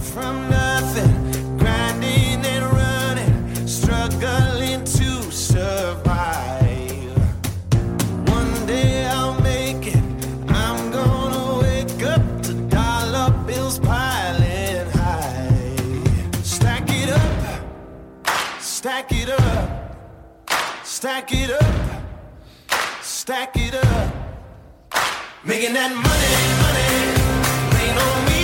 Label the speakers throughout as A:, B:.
A: from nothing, grinding and running, struggling to survive. One day I'll make it. I'm gonna wake up to dollar bills piling high. Stack it up, stack it up, stack it up, stack it up. Making that money, money, rain on me.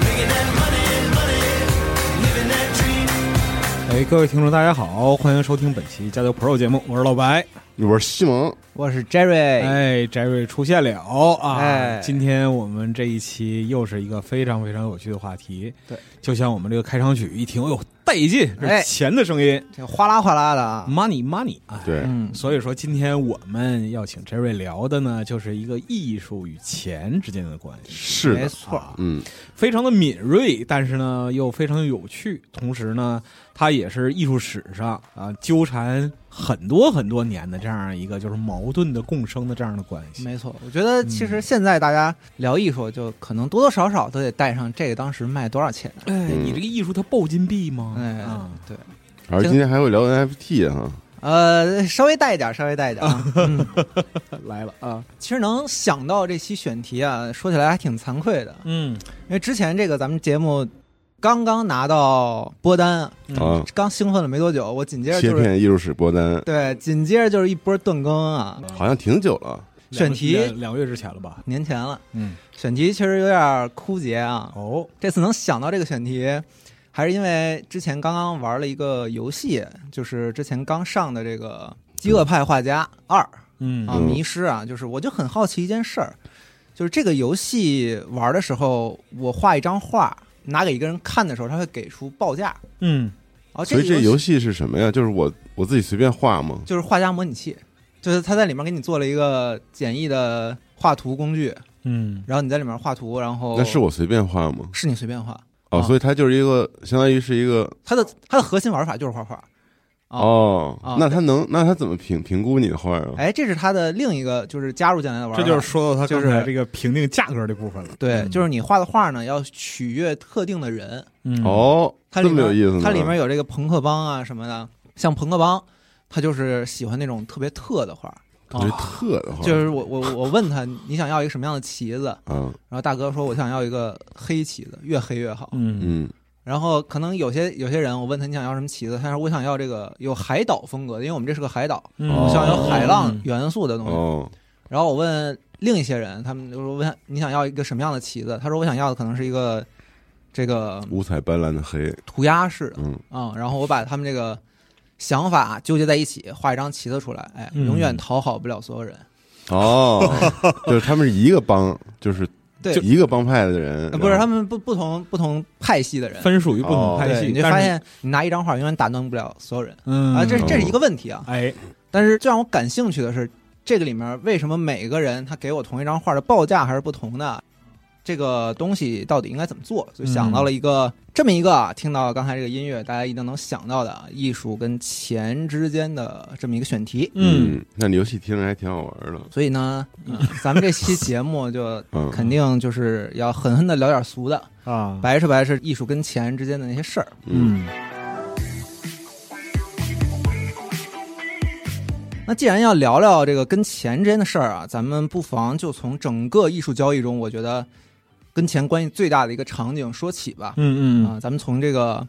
A: Making that money, money, living that dream.
B: 哎，各位听众，大家好，欢迎收听本期《加油 Pro》节目，我是老白。
C: 我是西蒙，
D: 我是 Jerry，
B: 哎，Jerry 出现了啊！
D: 哎
B: 今天我们这一期又是一个非常非常有趣的话题。
D: 对，
B: 就像我们这个开场曲一听，哎呦，带劲，这
D: 哎
B: 是钱的声音、
D: 这哗啦哗啦的啊，
B: m o n e y money 啊。
C: 对，
D: 嗯，
B: 所以说，今天我们要请 Jerry 聊的呢，就是一个艺术与钱之间的关系。啊
C: 是
D: 没
C: 的，
D: 错儿，
C: 嗯，
B: 非常的敏锐，但是呢又非常有趣。同时呢，它也是艺术史上啊纠缠很多很多年的这样一个就是矛盾的共生的这样的关系。
D: 没错。我觉
B: 嗯
D: 得其实现在大家聊艺术，就可能多多少少都得带上这个当时卖多少钱。
B: 哎，
C: 嗯
B: 你这个艺术它报金币吗？
D: 哎
B: 啊，，
D: 对，
C: 而今天还会聊 NFT 哈，
D: 呃，稍微带一点儿，稍微带一点儿啊。 嗯
B: 来了啊，
D: 其实能想到这期选题啊，说起来还挺惭愧的，
B: 嗯
D: 因为之前这个咱们节目刚刚拿到播单，
B: 嗯
C: 啊，
D: 刚兴奋了没多久，我紧接着
C: 切
D: 嗯就是
C: 片艺术史播单，
D: 对，紧接着就是一波断更啊，
C: 好像挺久了，
D: 选题
B: 两两个月之前了吧？
D: 年前了，
B: 嗯，
D: 选题确实有点枯竭啊。
B: 哦，
D: 这次能想到这个选题，还是因为之前刚刚玩了一个游戏，就是之前刚上的这个《饥饿派画家二》
B: 嗯
D: 啊，
C: 嗯
D: 迷失啊，就是我就很好奇一件事儿，就是这个游戏玩的时候，我画一张画拿给一个人看的时候，他会给出报价。
B: 嗯，
D: 啊，
C: 所
D: 这个
C: 以这游
D: 戏
C: 戏是什么呀？就是我我自己随便画吗？
D: 就是画家模拟器，就是他在里面给你做了一个简易的画图工具，
B: 嗯，
D: 然后你在里面画图，然后
C: 那是我随便画吗？
D: 是你随便画。
C: 哦，
D: 啊
C: 所以它就是一个相当于是一个
D: 它的它的核心玩法就是画画，啊
C: 哦
D: 啊，
C: 那它能那它怎么评评估你的画啊呀？
D: 哎，这是它的另一个就是加入进来的玩法，
B: 这就是说到他
D: 就是
B: 刚才这个评定价格这部分了。
D: 对，
B: 嗯
D: 就是你画的画呢要取悦特定的人，
B: 嗯，
C: 哦，
D: 它
C: 这
D: 里
C: 么
D: 面
C: 有意思呢，
D: 它里面有这个朋克帮啊什么的，像朋克帮，他就是喜欢那种特别特的画，啊
C: 特别特的画，
D: 哦就是我我我问他你想要一个什么样的旗子，
C: 啊，
D: 然后大哥说我想要一个黑旗子，越黑越好。
B: 嗯
C: 嗯
D: 然后可能有些有些人我问他你想要什么旗子，他说我想要这个有海岛风格的，因为我们这是个海岛，
B: 嗯，
C: 哦嗯
D: 我想要
C: 有
D: 海浪元素的东西。
C: 哦，
D: 然后我问另一些人，他们就说问你想要一个什么样的旗子？他说我想要的可能是一个这个
C: 五彩斑斓的黑，
D: 涂鸦式的
C: 嗯，
D: 啊、嗯然后我把他们这个想法纠结在一起，画一张旗子出来，哎，
B: 嗯
D: 永远讨好不了所有人。
C: 哦，就是他们是一个帮，就是
D: 对
C: 一个帮派的人，
D: 呃不是
C: 然后
D: 他们不不同不同派系的人，
B: 分属于不同
C: 哦
B: 派
D: 对，
B: 系，
D: 你就
B: 但是
D: 发，现你拿一张画永远打动不了所有人
B: 嗯
D: 啊，这是这是一
C: 哦
D: 个问题啊。
B: 哎，
D: 但是最让我感兴趣的是，这个里面为什么每个人他给我同一张画的报价还是不同的？这个东西到底应该怎么做？就想到了一个、这么一个啊，听到刚才这个音乐，大家一定能想到的啊艺术跟钱之间的这么一个选题。
B: 嗯，
C: 那你游戏听着还挺好玩的，
D: 所以呢，嗯咱们这期节目就
C: 嗯，
D: 肯定就是要狠狠的聊点俗的，
B: 啊，
D: 白是白是艺术跟钱之间的那些事儿。
C: 嗯，
D: 那既然要聊聊这个跟钱之间的事儿啊，咱们不妨就从整个艺术交易中，我觉得跟钱关系最大的一个场景说起吧。
B: 嗯嗯，
D: 啊，咱们从这个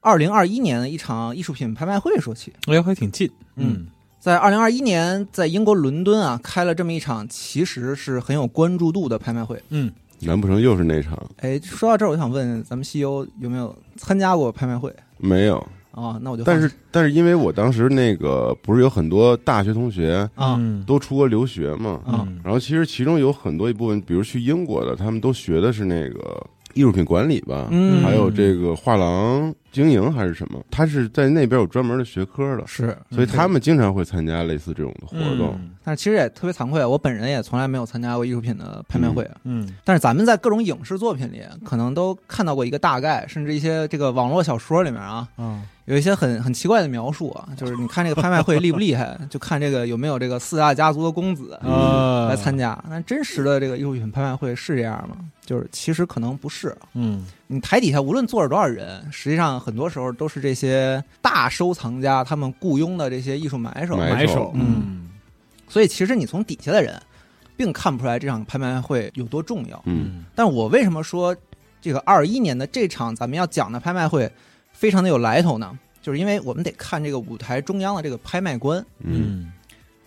D: 二零二一年的一场艺术品拍卖会说起。
B: 哎，还挺近，
D: 嗯，在二零二一年，在英国伦敦啊，开了这么一场其实是很有关注度的拍卖会。
B: 嗯，
C: 难不成又是那场？
D: 哎，说到这儿，我想问咱们西游有没有参加过拍卖会
C: 没有，
D: 啊？那我就
C: 但
D: 放
C: 是但是因为我当时那个不是有很多大学同学
D: 啊，
B: 嗯
C: 都出国留学嘛，
D: 啊
B: 嗯
C: 然后其实其中有很多一部分，比如去英国的，他们都学的是那个艺术品管理吧，
D: 嗯
C: 还有这个画廊经营还是什么，他是在那边有专门的学科的，
D: 是，
C: 所以他们经常会参加类似这种的活动。
B: 嗯
D: 但是其实也特别惭愧，我本人也从来没有参加过艺术品的拍卖会。啊
B: 嗯
D: 但是咱们在各种影视作品里，可能都看到过一个大概，甚至一些这个网络小说里面啊，
B: 啊，
D: 有一些很很奇怪的描述啊，就是你看这个拍卖会厉不厉害， 就看这个有没有这个四大家族的公子
B: 呃
D: 来参加。那真实的这个艺术品拍卖会是这样吗？就是其实可能不是。
B: 嗯
D: 你台底下无论坐着多少人，实际上很多时候都是这些大收藏家他们雇佣的这些艺术买手，
C: 买手
B: 嗯
D: 所以其实你从底下的人，并看不出来这场拍卖会有多重要。
C: 嗯，
D: 但我为什么说这个二一年的这场咱们要讲的拍卖会非常的有来头呢？就是因为我们得看这个舞台中央的这个拍卖官。
C: 嗯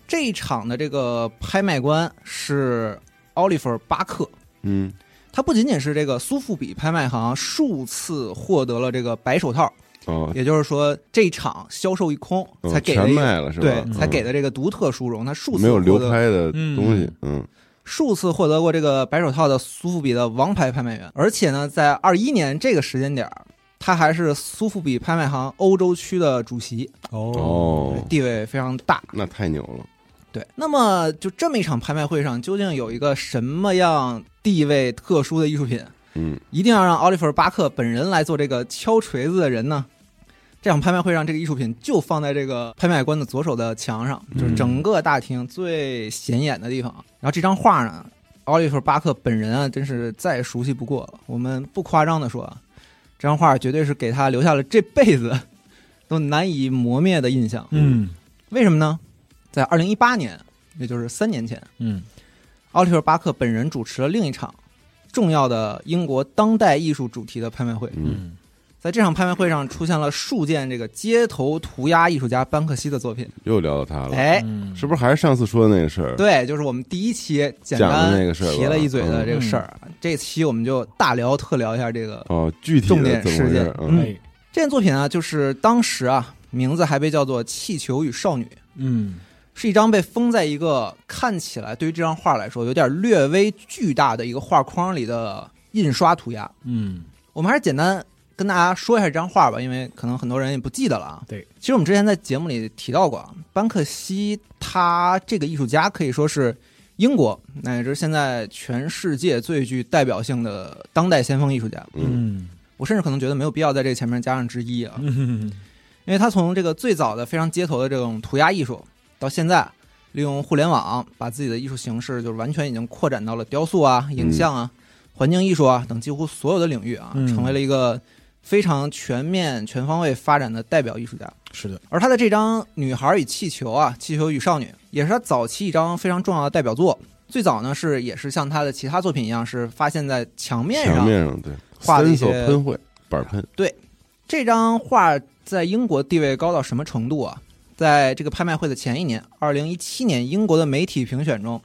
D: 这一场的这个拍卖官是奥利弗·巴克，
C: 嗯
D: 他不仅仅是这个苏富比拍卖行数次获得了这个白手套，
C: 哦，
D: 也就是说这一场销售一空
C: 哦
D: 才给的
C: 全
D: 一个、
C: 卖了是吧？
D: 对
C: 嗯
D: 才给的这个独特殊荣，他数次
C: 没有
D: 获
C: 流
D: 得
C: 拍的东西，嗯
D: 数次获得过这个白手套的苏富比的王牌拍卖员，而且呢，在二一年这个时间点儿，他还是苏富比拍卖行欧洲区的主席，
B: 哦
C: 哦，
D: 地位非常大。
C: 那太牛了，
D: 对，那么就这么一场拍卖会上，究竟有一个什么样地位特殊的艺术品，
C: 嗯
D: 一定要让奥利弗·巴克本人来做这个敲锤子的人呢？这场拍卖会上，这个艺术品就放在这个拍卖官的左手的墙上，就是整个大厅最显眼的地方。然后这张画呢，奥利弗·巴克本人啊，真是再熟悉不过了。我们不夸张的说啊，这张画绝对是给他留下了这辈子都难以磨灭的印象。
B: 嗯
D: 为什么呢？在二零一八年，也就是三年前，
B: 嗯
D: 奥利弗·巴克本人主持了另一场重要的英国当代艺术主题的拍卖会。
C: 嗯
B: 嗯
D: 在这场拍卖会上，出现了数件这个街头涂鸦艺术家班克西的作品。
C: 又聊到他了，
D: 哎，
B: 嗯
C: 是不是还是上次说的那个事儿？
D: 对，就是我们第一期简
C: 讲
D: 单
C: 的那个事儿吧嗯
D: 提了一嘴的这个事儿。啊这期我们就大聊特聊一下这个
C: 哦，具体
D: 重
C: 的
D: 点
C: 怎么回
D: 事
C: 事
D: 件？
C: 嗯
B: 哎
D: 这件作品啊，就是当时啊，名字还被叫做《气球与少女》。
B: 嗯
D: 是一张被封在一个看起来对于这张画来说有点略微巨大的一个画框里的印刷涂鸦。
B: 嗯
D: 我们还是简单跟大家说一下这张画吧，因为可能很多人也不记得了啊。
B: 对，
D: 其实我们之前在节目里提到过，啊，班克西他这个艺术家可以说是英国乃至现在全世界最具代表性的当代先锋艺术家。
C: 嗯
D: 我甚至可能觉得没有必要在这前面加上之一啊，
B: 嗯
D: 因为他从这个最早的非常街头的这种涂鸦艺术，到现在利用互联网把自己的艺术形式就是完全已经扩展到了雕塑啊、影像啊、环境艺术啊等几乎所有的领域啊，
B: 嗯
D: 成为了一个非常全面、全方位发展的代表艺术家。
B: 是的
D: 而他的这张《女孩与气球》啊，《气球与少女》也是他早期一张非常重要的代表作。最早呢是也是像他的其他作品一样，是发现在墙面上
C: 墙面上对，
D: 画的一
C: 三
D: 些
C: 色喷绘板喷，
D: 这张画在英国地位高到什么程度啊？在这个拍卖会的前一年，二零一七年，英国的媒体评选中，《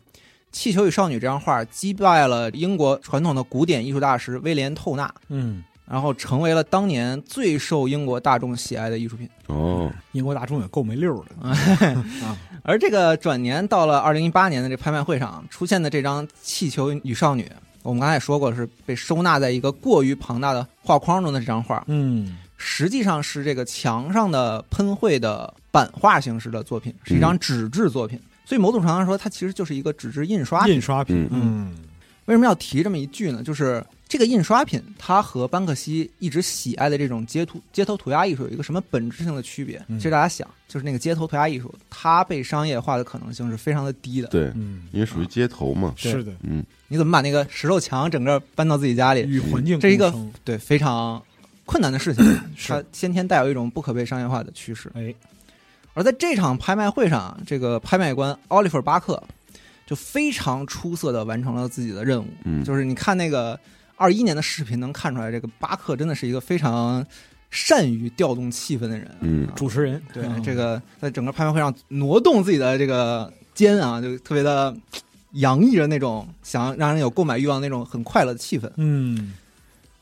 D: 气球与少女》这张画击败了英国传统的古典艺术大师威廉·透纳，
B: 嗯
D: 然后成为了当年最受英国大众喜爱的艺术品。
C: 哦，
B: 英国大众也够没溜儿的
D: 而这个转年到了二零一八年的这拍卖会上出现的这张《气球与少女》，我们刚才也说过，是被收纳在一个过于庞大的画框中的这张画，
B: 嗯
D: 实际上是这个墙上的喷绘的版画形式的作品，是一
B: 嗯
D: 张纸质作品。所以某种程度上说，它其实就是一个纸质印刷品。
B: 印刷品嗯
D: 为什么要提这么一句呢？就是这个印刷品，它和班克西一直喜爱的这种街头街头涂鸦艺术有一个什么本质性的区别？
B: 嗯
D: 其实大家想，就是那个街头涂鸦艺术，它被商业化的可能性是非常的低的。
C: 对，
B: 嗯
C: 因为属于街头嘛，
B: 是的
C: 嗯，
D: 你怎么把那个石头墙整个搬到自己家里？
B: 与环境
D: 这是一个
B: 共生
D: 对，非常困难的事情。它
B: 是
D: 先天带有一种不可被商业化的趋势。
B: 哎
D: 而在这场拍卖会上啊，这个拍卖官奥利弗·巴克就非常出色的完成了自己的任务。
C: 嗯
D: 就是你看那个二一年的视频，能看出来这个巴克真的是一个非常善于调动气氛的人。
C: 嗯
D: 啊
B: 主持人
D: 对、
B: 嗯
D: 这个在整个拍卖会上挪动自己的这个肩啊，就特别的洋溢着那种想让人有购买欲望那种很快乐的气氛。
B: 嗯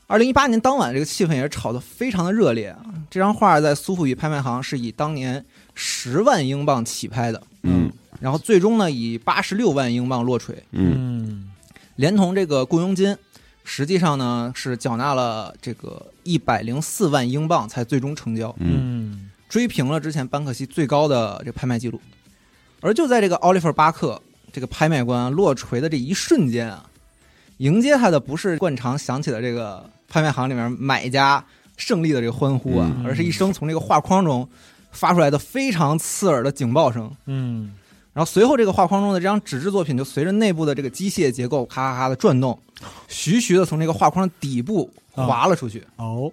D: 二零一八年当晚，这个气氛也是炒得非常的热烈啊！这张画在苏富比拍卖行是以当年十万英镑起拍的，
C: 嗯
D: 然后最终呢以八十六万英镑落锤，
C: 嗯
B: 嗯
D: 连同这个雇佣金实际上呢是缴纳了这个一百零四万英镑才最终成交，
C: 嗯
B: 嗯
D: 追平了之前班克西最高的这个拍卖记录。而就在这个奥利弗·巴克这个拍卖官落锤的这一瞬间啊，迎接他的不是惯常响起的这个拍卖行里面买家胜利的这个欢呼啊，
B: 嗯
D: 而是一声从这个画框中发出来的非常刺耳的警报声。
B: 嗯
D: 然后随后这个画框中的这张纸质作品就随着内部的这个机械结构咔咔咔的转动，徐徐的从这个画框底部滑了出去。
B: 哦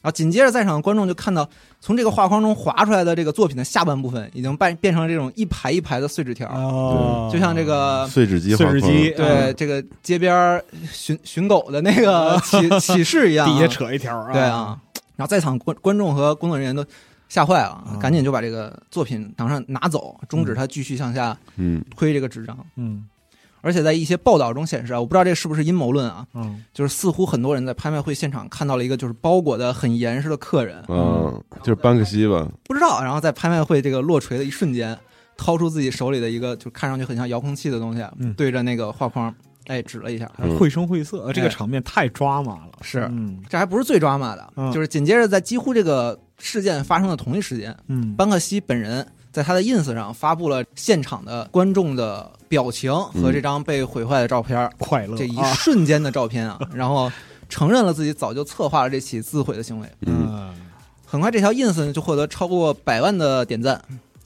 D: 然后紧接着在场的观众就看到，从这个画框中滑出来的这个作品的下半部分已经变变成了这种一排一排的碎纸条，
B: 哦，
D: 啊就像这个。
C: 碎纸机画
B: 碎
C: 框，
B: 纸机
D: 对，这个街边儿寻寻狗的那 个启启示一样
B: 嗯
D: 啊，
B: 底下扯一条啊，
D: 对啊，然后在场观观众和工作人员都吓坏了
B: 啊，
D: 赶紧就把这个作品墙上拿走，终止他继续向下
C: 嗯
D: 推这个纸张。
B: 嗯
D: 而且在一些报道中显示啊，我不知道这是不是阴谋论啊，
B: 嗯
D: 就是似乎很多人在拍卖会现场看到了一个就是包裹的很严实的客人，
C: 嗯，就是班克西吧，
D: 不知道，然后在拍卖会这个落锤的一瞬间，掏出自己手里的一个就看上去很像遥控器的东西，
B: 嗯
D: 对着那个画框，哎指了一下。
C: 嗯
B: 绘声绘色，呃这个
D: 哎
B: 场面太抓马了，
D: 是
B: 嗯
D: 这还不是最抓马的，
B: 嗯
D: 就是紧接着在几乎这个事件发生的同一时间，
B: 嗯，
D: 班克西本人在他的 ins 上发布了现场的观众的表情
B: 嗯
D: 和这张被毁坏的照片儿。
B: 快乐
D: 这一
B: 啊
D: 瞬间的照 片啊，然后承认了自己早就策划了这起自毁的行为。
C: 嗯
D: 很快，这条 ins 呢就获得超过百万的点赞，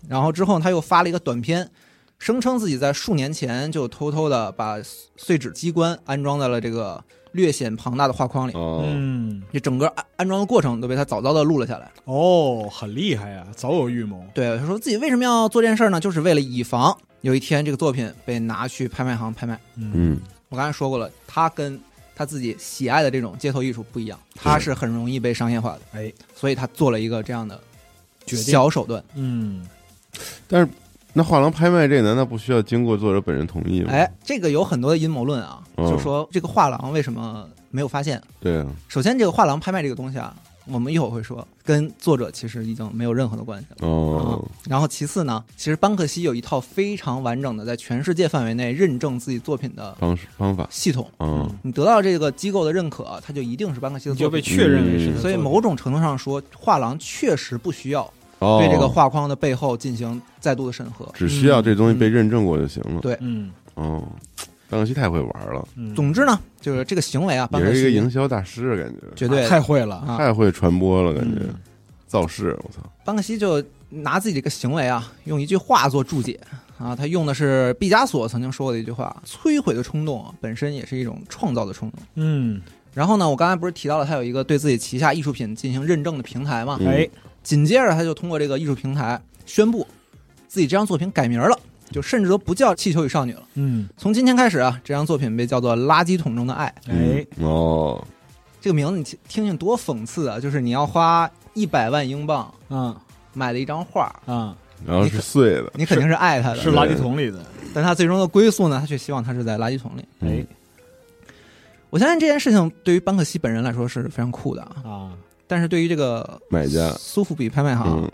D: 然后之后他又发了一个短片，声称自己在数年前就偷偷的把碎纸机关安装在了这个略显庞大的画框里。
C: 哦，
B: 嗯
D: 这整个安安装的过程都被他早早的录了下来。
B: 哦，很厉害呀，早有预谋，
D: 对，他说自己为什么要做这件事儿呢？就是为了以防有一天这个作品被拿去拍卖行拍卖。
C: 嗯
D: 我刚才说过了，他跟他自己喜爱的这种街头艺术不一样，他是很容易被商业化的，
B: 哎，
D: 所以他做了一个这样的
B: 决定
D: 小手段。
B: 嗯
C: 那画廊拍卖这难道不需要经过作者本人同意吗？
D: 哎，，这个有很多的阴谋论啊，
C: 嗯
D: 就说这个画廊为什么没有发现？
C: 对啊，
D: 首先，这个画廊拍卖这个东西啊，我们一会儿会说，跟作者其实已经没有任何的关系了。啊
C: 哦，
D: 然后其次呢，其实班克西有一套非常完整的在全世界范围内认证自己作品的
C: 方式方法，
D: 系统。
C: 嗯
D: 你得到这个机构的认可，它就一定是班克西的
B: 你就
D: 作
B: 被
D: 品。
B: 确认为是他
C: 嗯
B: 做
D: 所
B: 的，
D: 以某种程度上说，画廊确实不需要
C: 哦，
D: 对这个画框的背后进行再度的审核。
C: 只需要这东西被认证过就行了。
D: 对
B: 嗯
C: 哦，班克西太会玩了，
B: 嗯，
D: 总之呢，就是这个行为啊，班
C: 也
D: 克
C: 是一个
D: 西
C: 营销大师，感觉
D: 绝对
B: 太会了，
D: 啊，
C: 太会传播了，感觉
B: 嗯
C: 造势，我操，
D: 班克西就拿自己这个行为啊，用一句话做注解啊，他用的是毕加索曾经说过的一句话：“摧毁的冲动啊，本身也是一种创造的冲动。”
B: 嗯
D: 然后呢，我刚才不是提到了他有一个对自己旗下艺术品进行认证的平台嘛？
C: 嗯
B: 哎
D: 紧接着他就通过这个艺术平台宣布自己这张作品改名了，就甚至都不叫《气球与少女》了。
B: 嗯
D: 从今天开始啊，这张作品被叫做《垃圾桶中的爱》。
B: 哎
C: 嗯哦，
D: 这个名字你听听听多讽刺啊！就是你要花一百万英镑
B: 啊
D: 买了一张画，
B: 啊
C: 然后是碎的，
D: 你肯定是爱他的，
B: 是垃圾桶里的，
D: 但他最终的归宿呢，他却希望他是在垃圾桶里。
C: 嗯
B: 哎
D: 我相信这件事情对于班克西本人来说是非常酷的啊，
B: 啊
D: 但是对于这个
C: 买家
D: 苏富比拍卖行，
C: 嗯，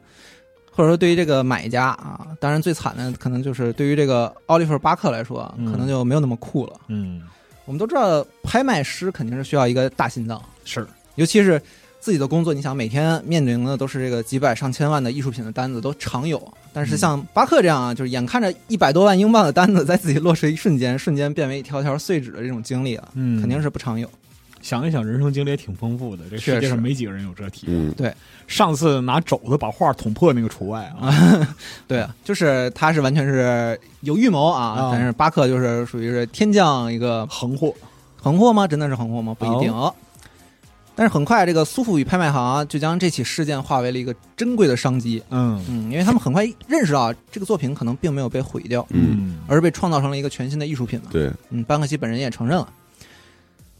D: 或者说对于这个买家啊，当然最惨的可能就是对于这个奥利弗·巴克来说啊，
B: 嗯
D: 可能就没有那么酷了。
B: 嗯
D: 我们都知道，拍卖师肯定是需要一个大心脏，
B: 是
D: 尤其是自己的工作，你想每天面临的都是这个几百上千万的艺术品的单子都常有，但是
B: 嗯
D: 像巴克这样啊，就是眼看着一百多万英镑的单子在自己落实一 瞬间，瞬间变为一条条碎纸的这种经历啊，
B: 嗯
D: 肯定是不常有。想
B: 想一想，人生经历也挺丰富的，这世
D: 确
B: 界
D: 实
B: 上没几个人有这体验。
C: 嗯
B: 上次拿肘子把画捅破那个除外啊，
D: 对，就是他是完全是有预谋啊
B: 啊，
D: 但是巴克就是属于是天降一个
B: 横祸，
D: 横祸吗？真的是横祸吗？不一定。但是很快，这个苏富比拍卖行啊就将这起事件化为了一个珍贵的商机。
B: 嗯
D: 嗯，因为他们很快认识到啊这个作品可能并没有被毁掉，
C: 嗯，
D: 而是被创造成了一个全新的艺术品嘛。
C: 对，
D: 嗯，班克西本人也承认了，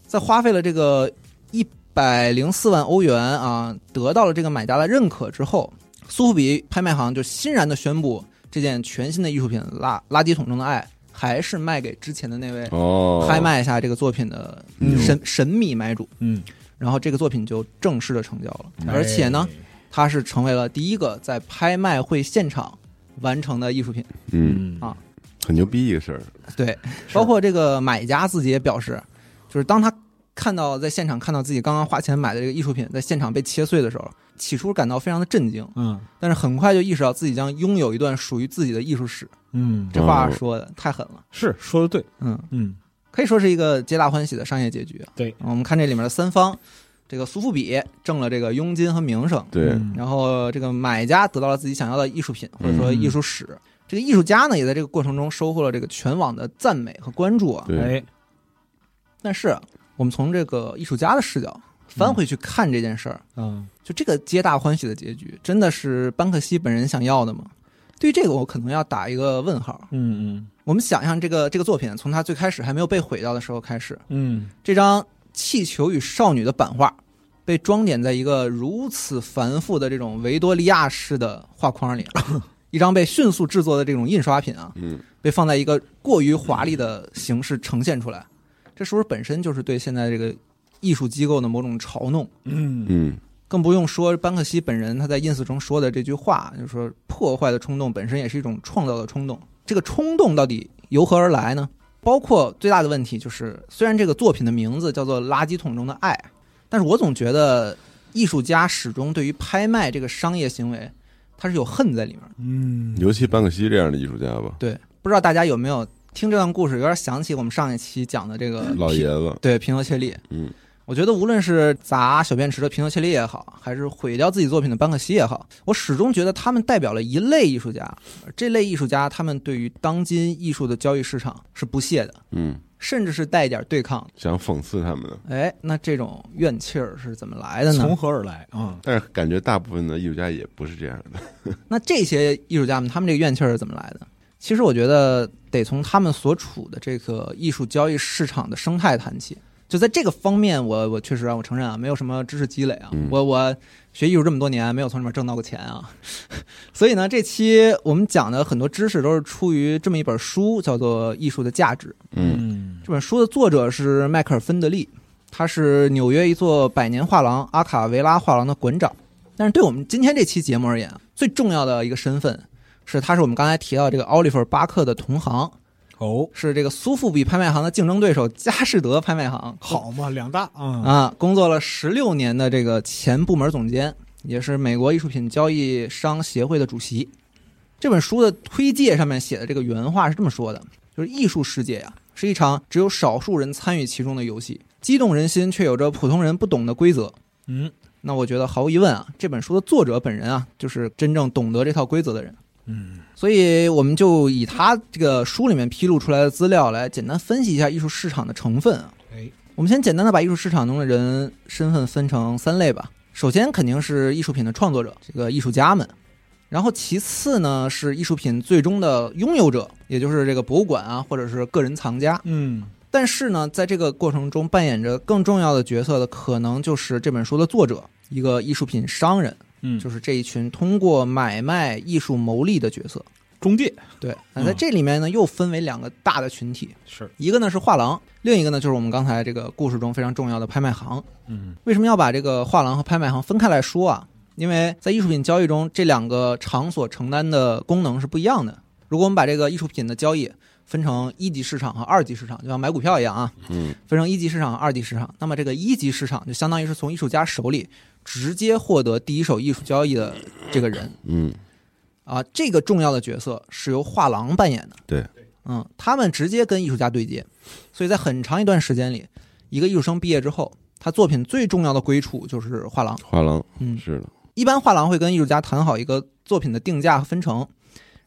D: 在花费了这个一百零四万欧元啊，得到了这个买家的认可之后，苏富比拍卖行就欣然的宣布，这件全新的艺术品《垃垃圾桶中的爱》还是卖给之前的那位
C: 哦，
D: 拍卖下这个作品的
C: 嗯
D: 神、神秘买主，
B: 嗯，
D: 然后这个作品就正式的成交了，嗯
C: 哎
D: 而且呢，它是成为了第一个在拍卖会现场完成的艺术品。
B: 哎，
C: 嗯，
B: 嗯
D: 啊
C: 很牛逼一个事儿，
D: 对，包括这个买家自己也表示，就是当他看到在现场看到自己刚刚花钱买的这个艺术品在现场被切碎的时候，起初感到非常的震惊，
B: 嗯
D: 但是很快就意识到自己将拥有一段属于自己的艺术史。
B: 嗯，
D: 这话说的太狠了，
B: 是说的对，
D: 嗯，
B: 嗯
D: 可以说是一个皆大欢喜的商业结局。啊
B: 对
D: 我们看这里面的三方，这个苏富比挣了这个佣金和名声，
C: 对，
B: 嗯
D: 然后这个买家得到了自己想要的艺术品或者说
B: 嗯
D: 艺术史。这个艺术家呢，也在这个过程中收获了这个全网的赞美和关注啊。
C: 对，
B: 哎，
D: 但是我们从这个艺术家的视角翻回去看这件事儿，
B: 嗯
D: 就这个皆大欢喜的结局，真的是班克西本人想要的吗？对于这个，我可能要打一个问号。
B: 嗯
D: 我们想象这个这个作品，从它最开始还没有被毁掉的时候开始，
B: 嗯嗯，
D: 这张《气球与少女》的版画被装点在一个如此繁复的这种维多利亚式的画框里，啊一张被迅速制作的这种印刷品啊，
C: 嗯，
D: 被放在一个过于华丽的形式呈现出来，这是不是本身就是对现在这个艺术机构的某种嘲弄？
B: 嗯
C: 嗯，
D: 更不用说班克西本人他在 ins 中说的这句话，就是说破坏的冲动本身也是一种创造的冲动。这个冲动到底由何而来呢？包括最大的问题就是，虽然这个作品的名字叫做《垃圾桶中的爱》，但是我总觉得艺术家始终对于拍卖这个商业行为，他是有恨在里面的。
B: 嗯，
C: 尤其班克西这样的艺术家吧，
D: 对，不知道大家有没有听这段故事，有点想起我们上一期讲的这个
C: 老爷子，
D: 对平头切利。
C: 嗯，
D: 我觉得无论是砸小便池的平头切利也好，还是毁掉自己作品的班克西也好，我始终觉得他们代表了一类艺术家。而这类艺术家，他们对于当今艺术的交易市场是不屑的，
C: 嗯，
D: 甚至是带一点对抗的。
C: 想讽刺他们的，
D: 哎，那这种怨气儿是怎么来的
B: 从
D: 呢？
B: 何而来啊？
C: 但是感觉大部分的艺术家也不是这样的，
D: 那这些艺术家们，他们这个怨气儿是怎么来的？其实我觉得得从他们所处的这个艺术交易市场的生态谈起。就在这个方面，我我确实啊，我承认啊，没有什么知识积累啊，
C: 嗯
D: 我我学艺术这么多年，没有从里面挣到过钱啊。 所以呢，这期我们讲的很多知识都是出于这么一本书，叫做《艺术的价值》。
C: 嗯
B: 嗯
D: 这本书的作者是迈克尔·芬德利，他是纽约一座百年画廊阿卡维拉画廊的馆长。但是对我们今天这期节目而言，最重要的一个身份是，他是我们刚才提到这个奥利弗·巴克的同行，
B: 哦，
D: 是这个苏富比拍卖行的竞争对手佳士得拍卖行。
B: 好嘛，两大啊，
D: 啊，工作了十六年的这个前部门总监，也是美国艺术品交易商协会的主席。这本书的推介上面写的这个原话是这么说的：，就是艺术世界呀、啊是一场只有少数人参与其中的游戏，激动人心却有着普通人不懂的规则。
B: 嗯
D: 那我觉得毫无疑问啊，这本书的作者本人啊，就是真正懂得这套规则的人。啊
B: 嗯
D: 所以我们就以他这个书里面披露出来的资料来简单分析一下艺术市场的成分啊。
B: 哎，
D: 我们先简单的把艺术市场中的人身份分成三类吧。首先肯定是艺术品的创作者，这个艺术家们。然后其次呢是艺术品最终的拥有者，也就是这个博物馆啊，或者是个人藏家。
B: 嗯
D: 但是呢，在这个过程中扮演着更重要的角色的，可能就是这本书的作者，一个艺术品商人，
B: 嗯，
D: 就是是这一群通过买卖艺术牟利的角色。
B: 中介
D: 对，那在这里面呢，又分为两个大的群体，
B: 是，
D: 一个呢是画廊，另一个呢就是我们刚才这个故事中非常重要的拍卖行。
B: 嗯
D: 为什么要把这个画廊和拍卖行分开来说啊？因为在艺术品交易中，这两个场所承担的功能是不一样的。如果我们把这个艺术品的交易分成一级市场和二级市场，就像买股票一样啊，
C: 嗯
D: 分成一级市场和二级市场，那么这个一级市场就相当于是从艺术家手里直接获得第一手艺术交易的这个人
C: 嗯，
D: 啊，这个重要的角色是由画廊扮演的。
C: 对，
D: 嗯，他们直接跟艺术家对接，所以在很长一段时间里，一个艺术生毕业之后，他作品最重要的归处就是画廊。
C: 画廊
D: 嗯，
C: 是的，
D: 一般画廊会跟艺术家谈好一个作品的定价和分成，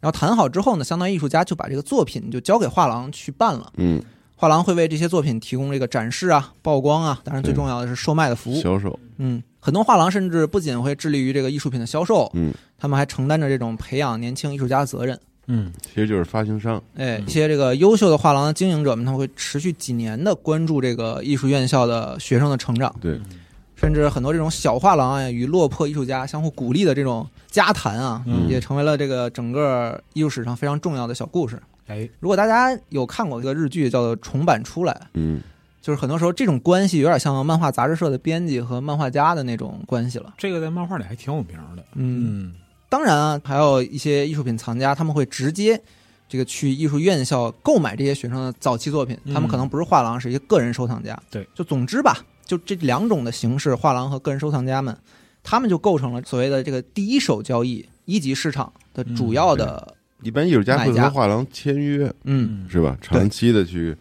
D: 然后谈好之后呢，相当于艺术家就把这个作品就交给画廊去办了。
C: 嗯，
D: 画廊会为这些作品提供这个展示啊、曝光啊，当然最
C: 对
D: 重要的是售卖的服务。
C: 销售，
D: 嗯，很多画廊甚至不仅会致力于这个艺术品的销售，
C: 嗯，
D: 他们还承担着这种培养年轻艺术家的责任。
B: 嗯
C: 其实就是发行商，
D: 哎，一些这个优秀的画廊的经营者们，他们会持续几年的关注这个艺术院校的学生的成长，
C: 对，
D: 甚至很多这种小画廊啊与落魄艺术家相互鼓励的这种家谈啊，
B: 嗯
D: 也成为了这个整个艺术史上非常重要的小故事。
B: 哎
D: 如果大家有看过这个日剧叫做《重版出来》，
C: 嗯，
D: 就是很多时候这种关系有点像漫画杂志社的编辑和漫画家的那种关系了。嗯
B: 这个在漫画里还挺有名的，嗯
D: 嗯，当然啊，还有一些艺术品藏家，他们会直接这个去艺术院校购买这些学生的早期作品，
B: 嗯
D: 他们可能不是画廊，是一些个人收藏家。
B: 对，
D: 就总之吧，就这两种的形式，画廊和个人收藏家们，他们就构成了所谓的这个第一手交易一级市场的主要的
C: 一般艺术家会
D: 买家
C: 和画廊签约，
D: 嗯
B: 嗯，
C: 是吧？长期的去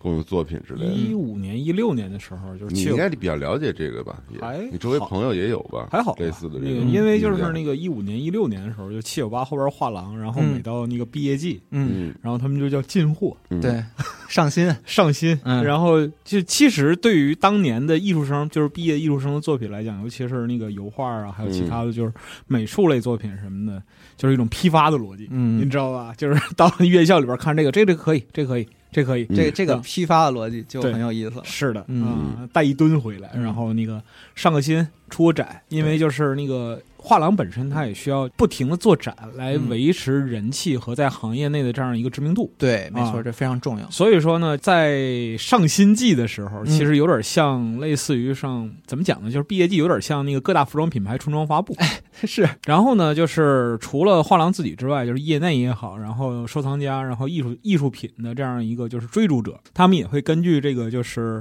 C: 供应作品之类的。
B: 一五年、一六年的时候，就是
C: 你
B: 去
C: 应该比较了解这个吧？也
B: 还
C: 你周围
B: 好
C: 朋友也有吧？
B: 还好吧
C: 类似的这
B: 那个，
C: 种艺术家，
B: 因为就是那个一五年、一六年的时候，就七九八后边画廊，然后
D: 嗯
B: 每到那个毕业季，
D: 嗯
C: 嗯，
B: 然后他们就叫进货
C: 嗯，
D: 对上新
B: 上新，
D: 嗯
B: 然后就其实对于当年的艺术生，就是毕业艺术生的作品来讲，尤其是那个油画啊，还有其
C: 嗯
B: 他的就是美术类作品什么的，就是一种批发的逻辑，
D: 嗯
B: 你知道吧？就是到了院校里边看这个，这个这个可以，这个可以，这个可以，
C: 嗯
D: 这个这个批发的逻辑就
B: 对
D: 很有意思了。
B: 是的，
D: 嗯
B: 啊带一吨回来，
D: 嗯
B: 然后那个上个新出个展，因为就是那个画廊本身它也需要不停的做展来
D: 嗯
B: 维持人气和在行业内的这样一个知名度。
D: 对，没错，
B: 啊
D: 这非常重要。
B: 所以说呢，在上新季的时候，
D: 嗯
B: 其实有点像类似于上怎么讲呢，就是毕业季有点像那个各大服装品牌春装发布。
D: 是，
B: 然后呢，就是除了画廊自己之外，就是业内也好，然后收藏家，然后艺术艺术品的这样一个就是追逐者，他们也会根据这个就是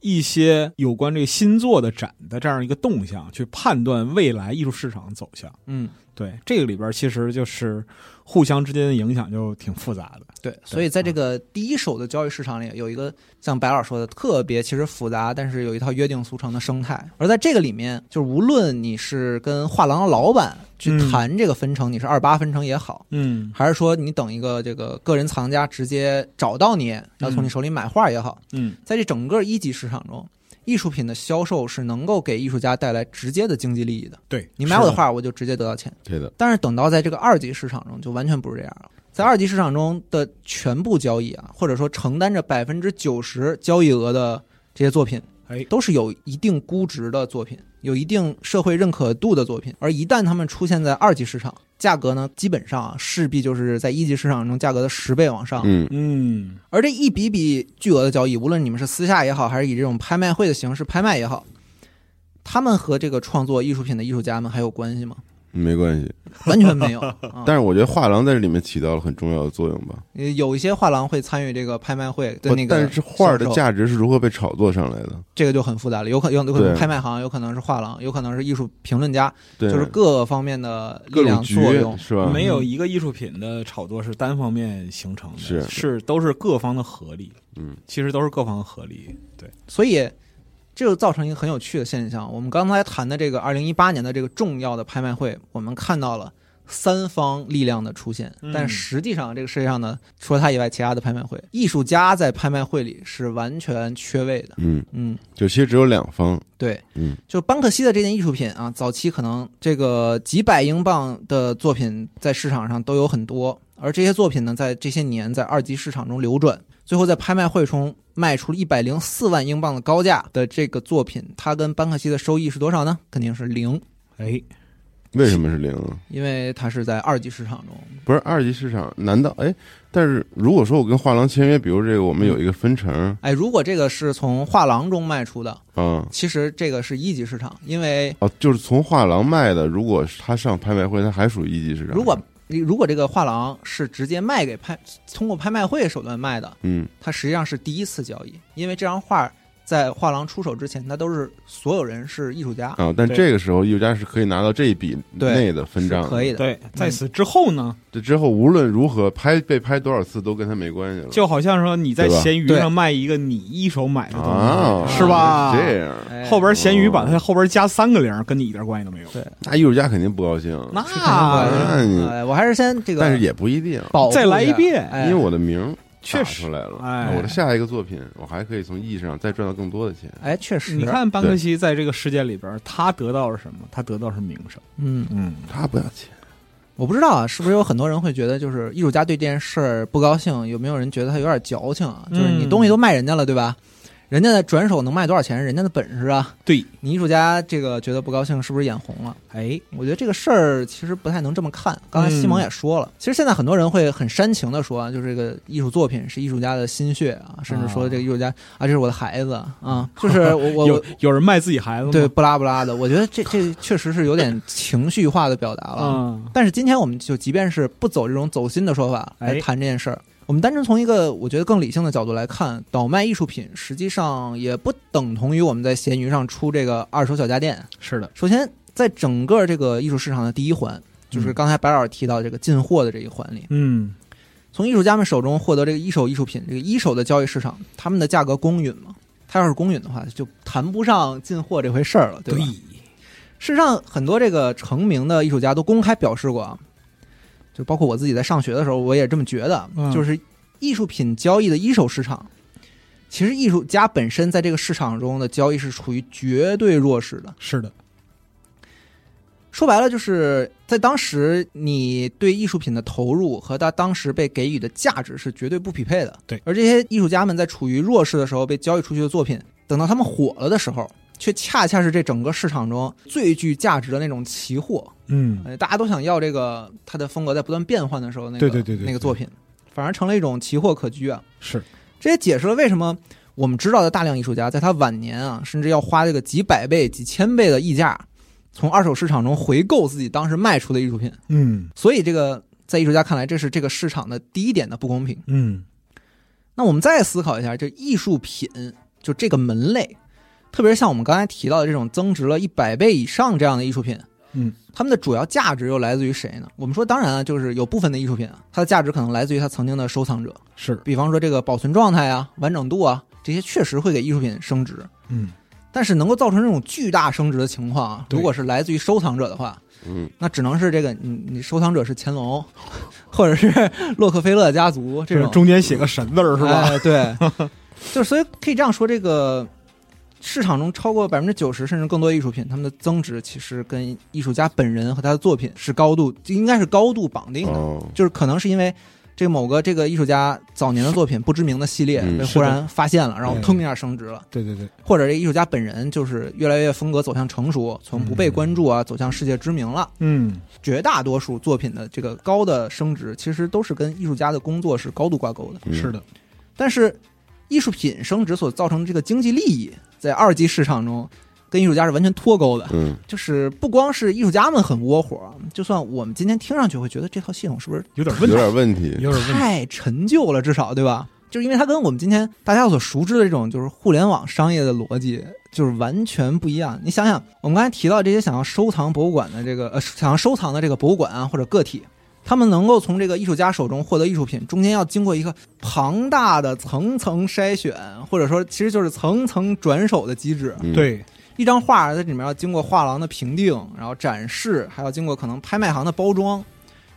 B: 一些有关这个新作的展的这样一个动向，去判断未来艺术市场走向。
D: 嗯，
B: 对，这个里边其实就是互相之间的影响就挺复杂的。
D: 对，所以在这个第一手的交易市场里，有一个像白老师说的特别其实复杂，但是有一套约定俗成的生态。而在这个里面，就是无论你是跟画廊老板去
B: 嗯
D: 谈这个分成，你是二八分成也好，
B: 嗯
D: 还是说你等一个这个个人藏家直接找到你，要从你手里买画也好，
B: 嗯，
D: 在这整个一级市场中，艺术品的销售是能够给艺术家带来直接的经济利益的。
B: 对，
D: 你买我的
B: 是，
D: 画，我就直接得到钱。
C: 对的，
D: 但是等到在这个二级市场中，就完全不是这样了。在二级市场中的全部交易啊，或者说承担着百分之九十交易额的这些作品，
B: 哎，
D: 都是有一定估值的作品，有一定社会认可度的作品。而一旦它们出现在二级市场，价格呢，基本上啊，势必就是在一级市场中价格的十倍往上。
C: 嗯，
B: 嗯
D: 而这一笔笔巨额的交易，无论你们是私下也好，还是以这种拍卖会的形式拍卖也好，他们和这个创作艺术品的艺术家们还有关系吗？
C: 没关系。
D: 完全没有。啊
C: 但是我觉得画廊在这里面起到了很重要的作用吧。
D: 呃有一些画廊会参与这个拍卖会的
C: 不
D: 那个销售，
C: 哦但是画儿的价值是如何被炒作上来的？
D: 这个就很复杂了，有可有有可能
C: 对
D: 拍卖行，有可能是画廊，有可能是艺术评论家，
C: 对，
D: 就是各个方面的力
C: 各种
D: 量
C: 局
D: 作用。
C: 是吧？嗯
B: 没有一个艺术品的炒作是单方面形成的，
C: 是
B: 是都是各方的合力，
C: 嗯，
B: 其实都是各方的合力。对，
D: 所以这就造成一个很有趣的现象。我们刚才谈的这个二零一八年的这个重要的拍卖会，我们看到了。三方力量的出现，
B: 嗯
D: 但实际上这个世界上呢，除了它以外，其他的拍卖会，艺术家在拍卖会里是完全缺位的。
C: 嗯，
D: 嗯，
C: 就其实只有两方，
D: 对，
C: 嗯，
D: 就班克西的这件艺术品啊，早期可能这个几百英镑的作品在市场上都有很多，而这些作品呢，在这些年在二级市场中流转，最后在拍卖会中卖出了一百零四万英镑的高价的这个作品，它跟班克西的收益是多少呢？肯定是零，
B: 哎，
C: 为什么是零啊？
D: 因为它是在二级市场中。
C: 不是二级市场？难道哎？但是如果说我跟画廊签约，比如这个我们有一个分成
D: 哎，如果这个是从画廊中卖出的，
C: 啊。
D: 其实这个是一级市场，因为
C: 哦，就是从画廊卖的，如果他上拍卖会，他还属于一级市场。
D: 如果如果这个画廊是直接卖给拍，通过拍卖会手段卖的，
C: 嗯，
D: 它实际上是第一次交易，因为这张画在画廊出手之前，它都是所有人是艺术家，
C: 啊，但
B: 对
C: 这个时候艺术家是可以拿到这一笔
D: 对
C: 内的分
D: 是
C: 账的，
D: 可以的。嗯
B: 对，在此之后呢，
C: 这之后无论如何拍被拍多少次都跟他没关系了，
B: 就好像说你在
C: 对吧
B: 闲鱼
D: 对
B: 上卖一个你一手买的
C: 啊
B: 东，西，是吧？
C: 这样，哦
D: 哎
B: 后边闲鱼把它后边加三个零，跟你一点关系都没有。
D: 对
C: 那艺术家肯定不高兴，
B: 那
D: 是肯定的
C: 那你
D: 哎我还是先这个，
C: 但是也不一定，
D: 保护
B: 再来一遍
D: 哎
C: 因为我的名儿
B: 确
C: 打
B: 实
C: 出来了，
B: 哎
C: 那我的下一个作品，我还可以从意义上再赚到更多的钱。
D: 哎，确实，
B: 你，看班克西在这个事件里边，他得到了什么？他得到的是名声。
D: 嗯，
B: 嗯，
C: 他不要钱，
D: 我不知道啊，是不是有很多人会觉得，就是艺术家对这件事儿不高兴，有没有人觉得他有点矫情啊？就是你
B: 嗯
D: 东西都卖人家了，对吧？人家的转手能卖多少钱，人家的本事啊。
B: 对，
D: 你艺术家这个觉得不高兴，是不是眼红了？
B: 哎，
D: 我觉得这个事儿其实不太能这么看。刚才西
B: 嗯
D: 蒙也说了，其实现在很多人会很煽情的说，啊就是这个艺术作品是艺术家的心血啊，甚至说这个艺术家啊，这是我的孩子啊， 就是我我
B: 有有人卖自己孩子吗？
D: 对，不拉不拉的，我觉得这这确实是有点情绪化的表达了。
B: 啊，
D: 但是今天我们就即便是不走这种走心的说法
B: 哎
D: 来谈这件事儿，我们单纯从一个我觉得更理性的角度来看，倒卖艺术品实际上也不等同于我们在闲鱼上出这个二手小家电。
B: 是的，
D: 首先，在整个这个艺术市场的第一环，就是刚才白老师提到这个进货的这一环里，
B: 嗯，
D: 从艺术家们手中获得这个一手艺术品，这个一手的交易市场，他们的价格公允吗？他要是公允的话，就谈不上进货这回事儿了，对吧？事实上，很多这个成名的艺术家都公开表示过啊，就包括我自己在上学的时候，我也这么觉得，
B: 嗯
D: 就是艺术品交易的一手市场，其实艺术家本身在这个市场中的交易是处于绝对弱势的。
B: 是的，
D: 说白了，就是在当时你对艺术品的投入和他当时被给予的价值是绝对不匹配的。
B: 对
D: 而这些艺术家们在处于弱势的时候被交易出去的作品，等到他们火了的时候，却恰恰是这整个市场中最具价值的那种奇货。
B: 嗯，
D: 呃，大家都想要这个他的风格在不断变换的时候，那个
B: 对对对对
D: 那个作品，反而成了一种奇货可居啊。
B: 是，
D: 这也解释了为什么我们知道的大量艺术家在他晚年啊，甚至要花这个几百倍、几千倍的溢价，从二手市场中回购自己当时卖出的艺术品。
B: 嗯
D: 所以，这个在艺术家看来，这是这个市场的第一点的不公平。
B: 嗯，
D: 那我们再思考一下，这艺术品就这个门类，特别是像我们刚才提到的这种增值了一百倍以上这样的艺术品，
B: 嗯，
D: 他们的主要价值又来自于谁呢？我们说，当然啊，就是有部分的艺术品啊，它的价值可能来自于它曾经的收藏者，
B: 是，
D: 比方说这个保存状态啊、完整度啊，这些确实会给艺术品升值。
B: 嗯，
D: 但是能够造成这种巨大升值的情况啊，
B: 对
D: 如果是来自于收藏者的话，
C: 嗯，
D: 那只能是这个你你收藏者是乾隆， 或者是 洛克菲勒家族这
B: 这
D: 种
B: 中间写个神字儿是吧？
D: 哎、对， 就是所以可以这样说，这个市场中超过百分之九十甚至更多的艺术品，他们的增值其实跟艺术家本人和他的作品是高度，应该是高度绑定的。
C: 哦，
D: 就是可能是因为这某个这个艺术家早年的作品不知名的系列
C: 嗯
D: 被
B: 是
D: 忽
B: 的
D: 然发现了，然后
B: 嗯
D: 腾一下升值了，
B: 对对对，
D: 或者这艺术家本人就是越来越风格走向成熟，从不被关注啊走向世界知名了。
B: 嗯，
D: 绝大多数作品的这个高的升值，其实都是跟艺术家的工作是高度挂钩的。
C: 嗯
B: 是，的，
D: 但是艺术品升值所造成的这个经济利益，在二级市场中跟艺术家是完全脱钩的。
C: 嗯，
D: 就是不光是艺术家们很窝火，就算我们今天听上去会觉得这套系统是不是
B: 有点
C: 有
B: 问题，
C: 点问题，
B: 有点问题，
D: 太陈旧了，至少对吧？就是因为它跟我们今天大家所熟知的这种就是互联网商业的逻辑就是完全不一样。你想想，我们刚才提到这些想要收藏博物馆的这个呃想要收藏的这个博物馆啊或者个体，他们能够从这个艺术家手中获得艺术品，中间要经过一个庞大的层层筛选，或者说其实就是层层转手的机制。
C: 嗯，
B: 对，
D: 一张画在里面要经过画廊的评定，然后展示，还要经过可能拍卖行的包装，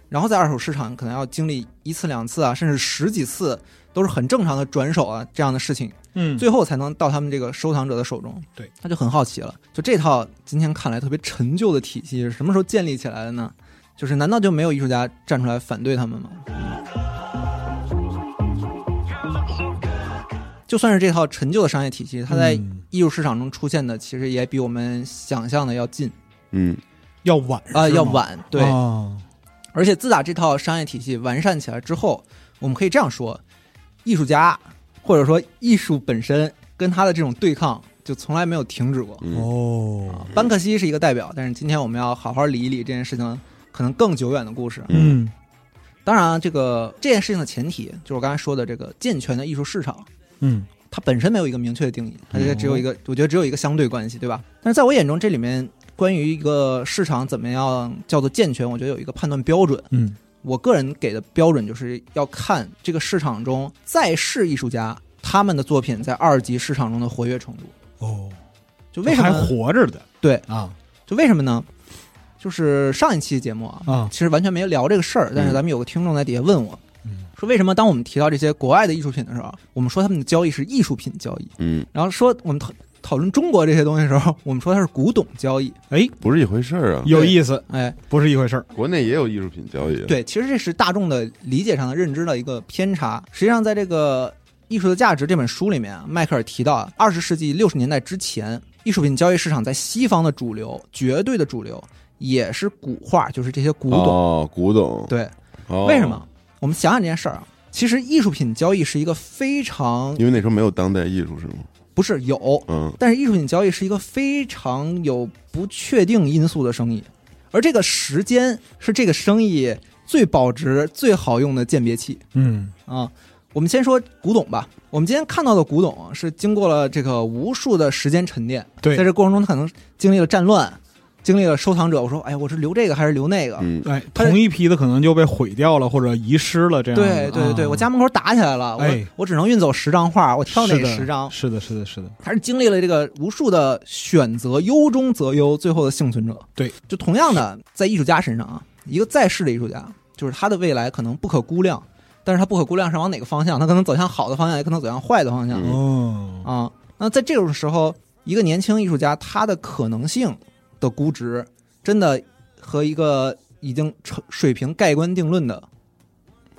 D: 然后在二手市场可能要经历一次两次啊，甚至十几次都是很正常的转手啊这样的事情，
B: 嗯，
D: 最后才能到他们这个收藏者的手中。
B: 对，
D: 他就很好奇了，就这套今天看来特别陈旧的体系是什么时候建立起来的呢？就是难道就没有艺术家站出来反对他们吗？就算是这套陈旧的商业体系，它在
B: 嗯
D: 艺术市场中出现的，其实也比我们想象的要近
C: 嗯，
B: 要晚
D: 啊、
B: 是吗
D: 要晚。对，
B: 哦
D: 而且自打这套商业体系完善起来之后，我们可以这样说：艺术家或者说艺术本身跟他的这种对抗，就从来没有停止过。
C: 嗯，
B: 哦，
D: 班克西是一个代表，但是今天我们要好好理一理这件事情可能更久远的故事。
C: 嗯，
B: 嗯
D: 当然啊，这个这件事情的前提就是我刚才说的这个健全的艺术市场，
B: 嗯，
D: 它本身没有一个明确的定义，它这个只有一
C: 嗯
D: 个，我觉得只有一个相对关系，对吧？但是在我眼中，这里面关于一个市场怎么样叫做健全，我觉得有一个判断标准。
B: 嗯
D: 我个人给的标准就是要看这个市场中在世艺术家他们的作品在二级市场中的活跃程度。
B: 哦，
D: 就为什
B: 还
D: 么？
B: 活着的？
D: 对
B: 啊
D: 就为什么呢？就是上一期节目啊，
B: 啊，
D: 其实完全没聊这个事儿，但是咱们有个听众在底下问我，
B: 嗯
D: 说为什么当我们提到这些国外的艺术品的时候，我们说他们的交易是艺术品交易，
C: 嗯，
D: 然后说我们讨讨论中国这些东西的时候，我们说它是古董交易。
B: 哎，
C: 不是一回事儿啊，
B: 有意思，
D: 哎，
B: 不是一回事儿。
C: 国内也有艺术品交易，，啊
D: 对，其实这是大众的理解上的认知的一个偏差。实际上，在这个艺术的价值》这本书里面啊，迈克尔提到，二十世纪六十年代之前，艺术品交易市场在西方的主流，绝对的主流也是古画，就是这些古董。
C: 哦，古董，
D: 对，
C: 哦
D: 为什么？？我们想想这件事儿啊，其实艺术品交易是一个非常
C: 因为那时候没有当代艺术是吗？
D: 不是有，
C: 嗯，
D: 但是艺术品交易是一个非常有不确定因素的生意，而这个时间是这个生意最保值、最好用的鉴别器
B: 嗯
D: 啊。我们先说古董吧。我们今天看到的古董是经过了这个无数的时间沉淀，
B: 对
D: 在这过程中，它可能经历了战乱，经历了收藏者，我说，哎呀，我是留这个还是留那个？
C: 嗯，
B: 哎，同一批的可能就被毁掉了或者遗失了，这样啊
D: 对对对，我家门口打起来了，我、
B: 哎
D: 我只能运走十张画，我挑哪十张？
B: 是的，是的，是的，
D: 他是经历了这个无数的选择，优中择优，最后的幸存者。
B: 对，
D: 就同样的，在艺术家身上啊，一个在世的艺术家，就是他的未来可能不可估量，但是他不可估量是往哪个方向，他可能走向好的方向，也可能走向坏的方向、
C: 嗯
B: 哦，
D: 啊。那在这种时候，一个年轻艺术家他的可能性的估值，真的和一个已经成水平盖棺定论的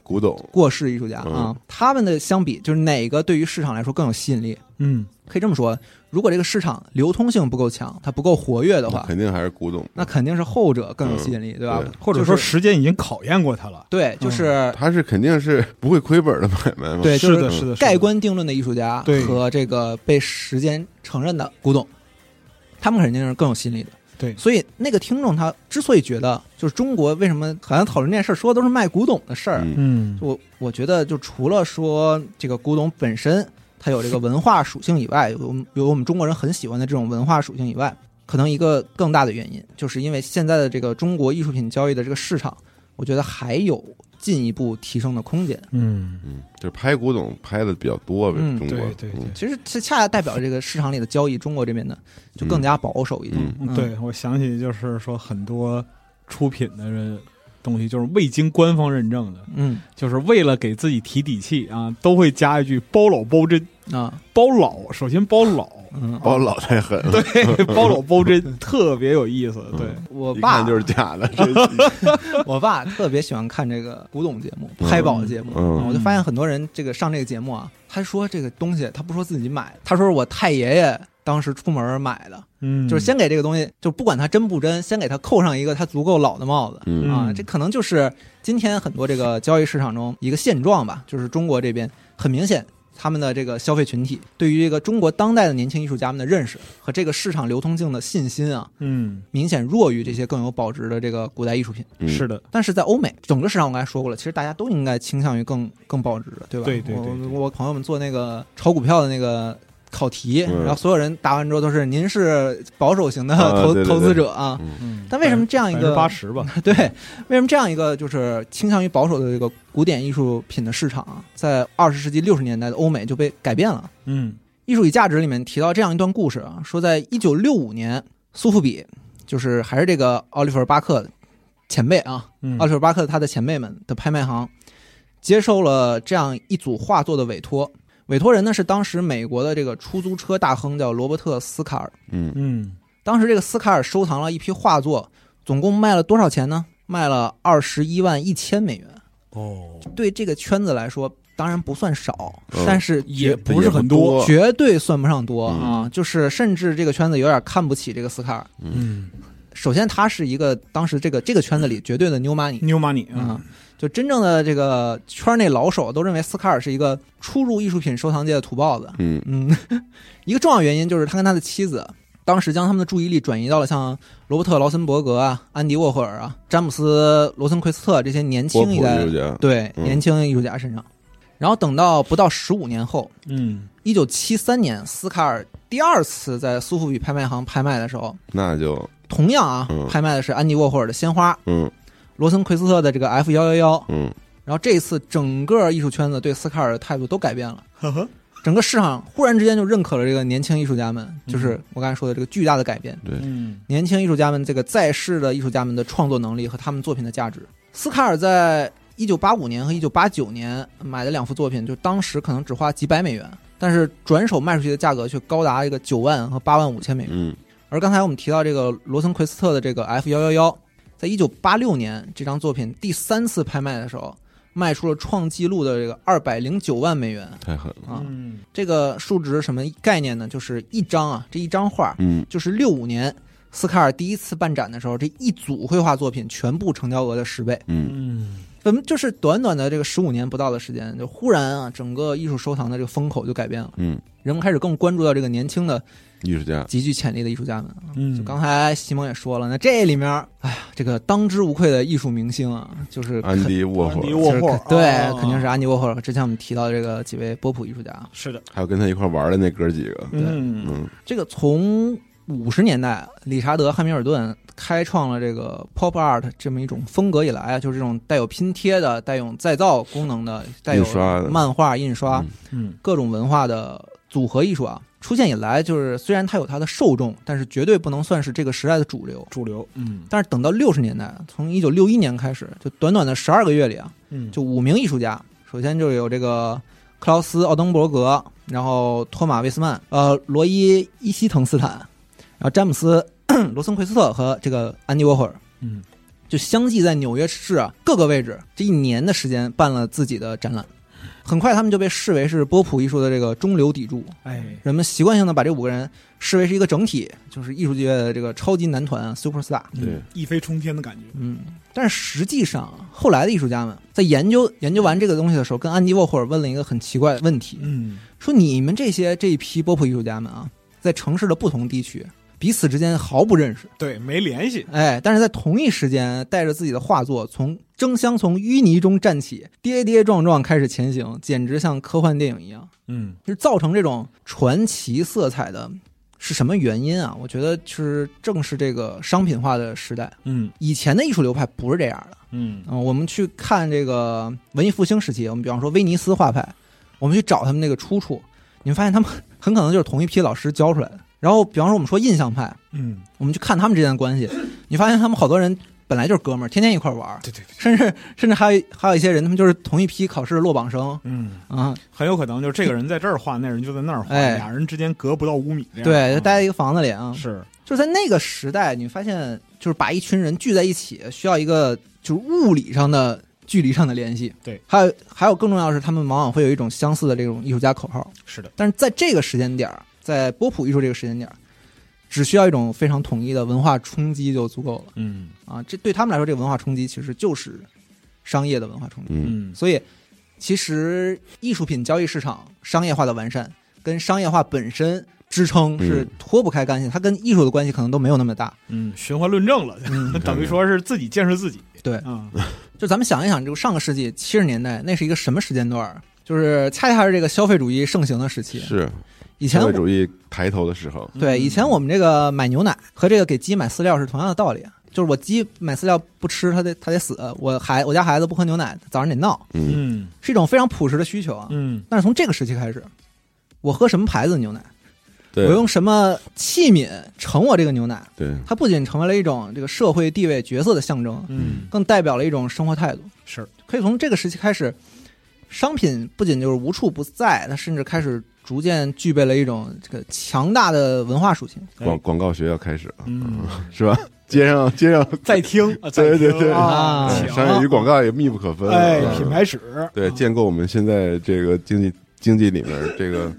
C: 古董，
D: 过世艺术家啊，
C: 嗯
D: 他们的相比，就是哪个对于市场来说更有吸引力？
B: 嗯，
D: 可以这么说，如果这个市场流通性不够强，它不够活跃的
C: 那
D: 话，
C: 肯定还是古董。
D: 那肯定是后者更有吸引力，对吧
C: 对？
B: 或者
D: 就
B: 说
D: 是嗯
B: 时间已经考验过他了，
D: 对，就是、
C: 他是肯定是不会亏本的买卖嗯嘛。
D: 对，就是
B: 的，
D: 是
B: 是的，
D: 盖棺定论的艺术家
B: 对
D: 和这个被时间承认的古董，他们肯定是更有吸引力的。
B: 对
D: 所以那个听众他之所以觉得，就是中国为什么好像讨论这件事儿说的都是卖古董的事儿，
C: 嗯，
B: 嗯，
D: 我我觉得，就除了说这个古董本身它有这个文化属性以外，有我们有我们中国人很喜欢的这种文化属性以外，可能一个更大的原因，就是因为现在的这个中国艺术品交易的这个市场，我觉得还有进一步提升的空间。
B: 嗯，
C: 嗯，就是拍古董拍的比较多呗，
D: 嗯
C: 中国。
B: 对对对
C: 嗯
D: 其实这恰恰代表着这个市场里的交易，中国这边呢就更加保守一点。
C: 嗯
B: 嗯对，我想起就是说很多出品的人东西就是未经官方认证的，
D: 嗯
B: 就是为了给自己提底气啊，都会加一句“包老包真
D: 啊”，
B: 包老，首先包 老，
D: 嗯，
C: 包老太狠了，
B: 对，包老包真特别有意思，对，
D: 我
C: 一
D: 爸
C: 看就是假的。这
D: 我爸特别喜欢看这个古董节目、拍宝节目，
C: 嗯
D: 我就发现很多人这个上这个节目啊，他说这个东西他不说自己买，他说是我太爷爷当时出门买的，
B: 嗯，
D: 就是先给这个东西，就不管它真不真，先给它扣上一个它足够老的帽子。
C: 嗯
D: 啊，
B: 嗯
D: 这可能就是今天很多这个交易市场中一个现状吧，就是中国这边很明显，他们的这个消费群体对于这个中国当代的年轻艺术家们的认识和这个市场流通性的信心啊，
B: 嗯，
D: 明显弱于这些更有保值的这个古代艺术品。
C: 嗯
B: 是的，
D: 但是在欧美整个市场，我刚才说过了，其实大家都应该倾向于更更保值的，对吧？
B: 对对对对
D: 我我朋友们做那个炒股票的那个考题，
C: 嗯
D: 然后所有人答完之后都是您是保守型的
C: 啊
D: 投、
C: 对对对
D: 投资者啊。
B: 嗯，
D: 但为什么这样一个
B: 八十 吧？
D: 对，为什么这样一个就是倾向于保守的这个古典艺术品的市场啊，在二十世纪六十年代的欧美就被改变了？
B: 嗯
D: 《艺术与价值》里面提到这样一段故事啊，说在一九六五年，苏富比就是还是这个奥利弗·巴克的前辈啊，
B: 嗯，
D: 奥利弗·巴克他的前辈们的拍卖行接受了这样一组画作的委托，委托人呢是当时美国的这个出租车大亨叫罗伯特·斯卡尔。
C: 嗯
B: 嗯
D: 当时这个斯卡尔收藏了一批画作，总共卖了多少钱呢？卖了二十一万一千美元。
B: 哦，
D: 对这个圈子来说，当然不算少，
C: 嗯
D: 但是
B: 也
D: 绝
B: 不是很
C: 多
D: 绝对算不上多
C: 嗯
D: 啊。就是甚至这个圈子有点看不起这个斯卡尔。
B: 嗯
D: 首先，他是一个当时这个这个圈子里绝对的 new money。
B: ，New Money 嗯
D: 啊，，就真正的这个圈内老手都认为斯卡尔是一个初入艺术品收藏界的土包子。
C: 嗯
D: 嗯，一个重要原因就是他跟他的妻子当时将他们的注意力转移到了像罗伯特·劳森伯格啊、安迪·沃霍尔啊、詹姆斯·罗森奎斯特这些年
C: 波
D: 轻
C: 普
D: 一代
C: 艺术家，
D: 对
C: 嗯
D: 年轻艺术家身上。然后等到不到十五年后，
B: 嗯
D: 一九七三年，斯卡尔第二次在苏富比拍卖行拍卖的时候，
C: 那就
D: 同样啊
C: 嗯，
D: 拍卖的是安迪·沃霍尔的《鲜花》，
C: 嗯
D: 罗森奎斯特的这个 F 幺幺幺。
C: 嗯
D: 然后这一次，整个艺术圈子对斯卡尔的态度都改变了，整个市场忽然之间就认可了这个年轻艺术家们，就是我刚才说的这个巨大的改变。
B: 嗯
D: 年轻艺术家们这个在世的艺术家们的创作能力和他们作品的价值。斯卡尔在一九八五年和一九八九年买的两幅作品，就当时可能只花几百美元，但是转手卖出去的价格却高达一个九万和八万五千美元。
C: 嗯
D: 而刚才我们提到这个罗森奎斯特的这个 F 幺幺幺，在一九八六年这张作品第三次拍卖的时候，卖出了创纪录的这个二百零九万美元
C: 太狠了，
D: 啊！
B: 嗯
D: 这个数值什么概念呢？就是一张啊，这一张画
C: 嗯，
D: 就是六五年斯卡尔第一次办展的时候，这一组绘画作品全部成交额的十倍。
C: 嗯
B: 嗯，
D: 咱们就是短短的这个十五年不到的时间，就忽然啊，整个艺术收藏的这个风口就改变了，
C: 嗯，
D: 人们开始更关注到这个年轻的
C: 艺术家，
D: 极具潜力的艺术家们。
B: 嗯
D: 啊就刚才西蒙也说了，那这里面，哎呀，这个当之无愧的艺术明星啊，就是
C: 安迪沃
B: 安
C: 霍
B: 迪
C: 尔，
B: 沃霍尔
D: 就是对，
B: 啊
D: 肯定是安迪沃霍尔。之前我们提到的这个几位波普艺术家，
B: 是的，
C: 还有跟他一块玩的那哥几个，
B: 嗯
C: 嗯
D: 这个从五十年代，理查德·汉密尔顿开创了这个 pop art 这么一种风格以来啊，就是这种带有拼贴的、带有再造功能的、带有
C: 印刷的
D: 漫画印刷、
C: 嗯
B: 嗯
D: 各种文化的组合艺术啊，出现以来，就是虽然它有它的受众，但是绝对不能算是这个时代的主流。
B: 主流，嗯
D: 但是等到六十年代，从一九六一年开始，就短短的十二个月里啊，
B: 嗯
D: 就五名艺术家，首先就有这个克劳斯·奥登伯格，然后托马·魏斯曼，呃，罗伊·伊希滕斯坦，然后詹姆斯· 罗森奎斯特和这个安迪·沃霍尔，
B: 嗯
D: 就相继在纽约市啊各个位置这一年的时间办了自己的展览。很快，他们就被视为是波普艺术的这个中流砥柱。
B: 哎
D: 人们习惯性的把这五个人视为是一个整体，就是艺术界的这个超级男团啊 super star。
C: 对，
B: 一飞冲天的感觉，
D: 嗯，但是实际上啊，后来的艺术家们在研究研究完这个东西的时候，跟安迪沃霍尔问了一个很奇怪的问题，
B: 嗯
D: 说你们这些这一批波普艺术家们啊，在城市的不同地区彼此之间毫不认识，
B: 对，没联系，
D: 哎，但是在同一时间带着自己的画作从争相从淤泥中站起，跌跌撞撞开始前行，简直像科幻电影一样。
B: 嗯
D: 就是造成这种传奇色彩的是什么原因啊？我觉得是正是这个商品化的时代，
B: 嗯
D: 以前的艺术流派不是这样的。
B: 嗯
D: 嗯、我们去看这个文艺复兴时期，我们比方说威尼斯画派，我们去找他们那个出处，你们发现他们 很可能就是同一批老师教出来的。然后，比方说我们说印象派，
B: 嗯，
D: 我们去看他们之间的关系，你发现他们好多人本来就是哥们儿，天天一块儿玩儿，
B: 对对对，
D: 甚至甚至还有还有一些人，他们就是同一批考试的落榜生
B: 嗯，
D: 啊、
B: 很有可能就是这个人在这儿画，那人就在那儿画，
D: 哎
B: 俩人之间隔不到五米这样，
D: 对，就
B: 嗯
D: 待在一个房子里啊，
B: 是，
D: 就是在那个时代，你发现就是把一群人聚在一起，需要一个就是物理上的距离上的联系。
B: 对，
D: 还有还有更重要的是，他们往往会有一种相似的这种艺术家口号。
B: 是的，
D: 但是在这个时间点儿，在波普艺术这个时间点儿，只需要一种非常统一的文化冲击就足够了
B: 嗯
D: 啊！这对他们来说，这个文化冲击其实就是商业的文化冲击。
C: 嗯，
B: 嗯
D: 所以，其实艺术品交易市场商业化的完善跟商业化本身支撑是
C: 嗯
D: 脱不开干系，它跟艺术的关系可能都没有那么大。
B: 嗯，循环论证了，
D: 嗯，
B: 等于说是自己建设自己，
D: 对
B: 嗯
D: 就咱们想一想，这个上个世纪七十年代，那是一个什么时间段儿？就是恰恰是这个消费主义盛行的时期。
C: 是
D: 以前
C: 社
D: 我
C: 会主义抬头的时候，
D: 对
B: 嗯
D: 以前我们这个买牛奶和这个给鸡买饲料是同样的道理，啊就是我鸡买饲料不吃，它得它得死；我孩我家孩子不喝牛奶，早上得闹，
C: 嗯，
B: 嗯
D: 是一种非常朴实的需求啊。
B: 嗯
D: 但是从这个时期开始，我喝什么牌子的牛奶，我
C: 对
D: 用什么器皿盛我这个牛奶，
C: 对，
D: 它不仅成为了一种这个社会地位角色的象征，
B: 嗯，
D: 更代表了一种生活态度。
B: 是，
D: 可以从这个时期开始，商品不仅就是无处不在，它甚至开始逐渐具备了一种这个强大的文化属性。
C: 广广告学要开始了，啊
B: 嗯，
C: 是吧？ 街上街上
B: 在听，啊在
C: 对对
B: 听
C: 对
B: 啊，
D: 哎
B: 请
C: 商业与广告也密不可分，
B: 哎
C: 嗯，
B: 品牌史，
C: 对，建构我们现在这个经济经济里面这个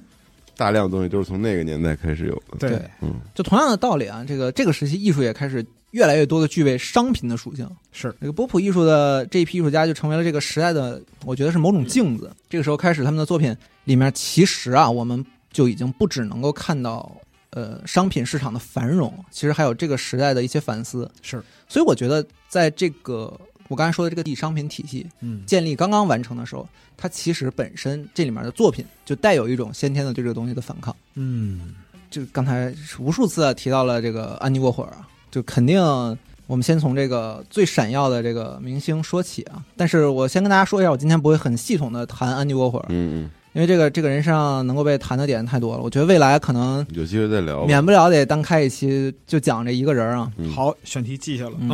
C: 大量的东西都是从那个年代开始有的。
B: 对
D: 对
C: 嗯，
D: 就同样的道理啊，这个这个时期艺术也开始越来越多的具备商品的属性。
B: 是，
D: 这个波普艺术的这一批艺术家就成为了这个时代的，我觉得是某种镜子。这个时候开始，他们的作品里面其实啊，我们就已经不只能够看到呃商品市场的繁荣，其实还有这个时代的一些反思。
B: 是，
D: 所以我觉得在这个我刚才说的这个地商品体系
B: 嗯
D: 建立刚刚完成的时候，它其实本身这里面的作品就带有一种先天的对这个东西的反抗。
B: 嗯
D: 就刚才无数次啊提到了这个安妮沃霍尔啊，就肯定我们先从这个最闪耀的这个明星说起啊。但是我先跟大家说一下，我今天不会很系统的谈安妮沃霍尔，
C: 嗯
D: 因为这个这个人身上能够被谈的点太多了。我觉得未来可能
C: 嗯，有机会再聊吧。
D: 免不了得单开一期就讲这一个人啊。
C: 嗯，
B: 好，选题记下了，
D: 嗯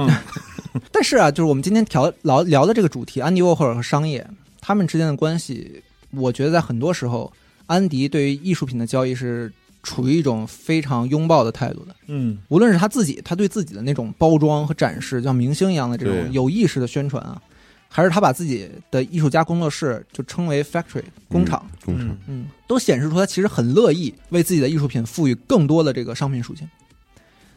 D: 但是啊，就是我们今天聊聊聊的这个主题，安迪沃霍尔和商业他们之间的关系，我觉得在很多时候，安迪对于艺术品的交易是处于一种非常拥抱的态度的。
B: 嗯
D: 无论是他自己，他对自己的那种包装和展示，像明星一样的这种
C: 对
D: 有意识的宣传啊，还是他把自己的艺术家工作室就称为 factory 工厂，
C: 工厂
B: 嗯，
D: 嗯，都显示出他其实很乐意为自己的艺术品赋予更多的这个商品属性。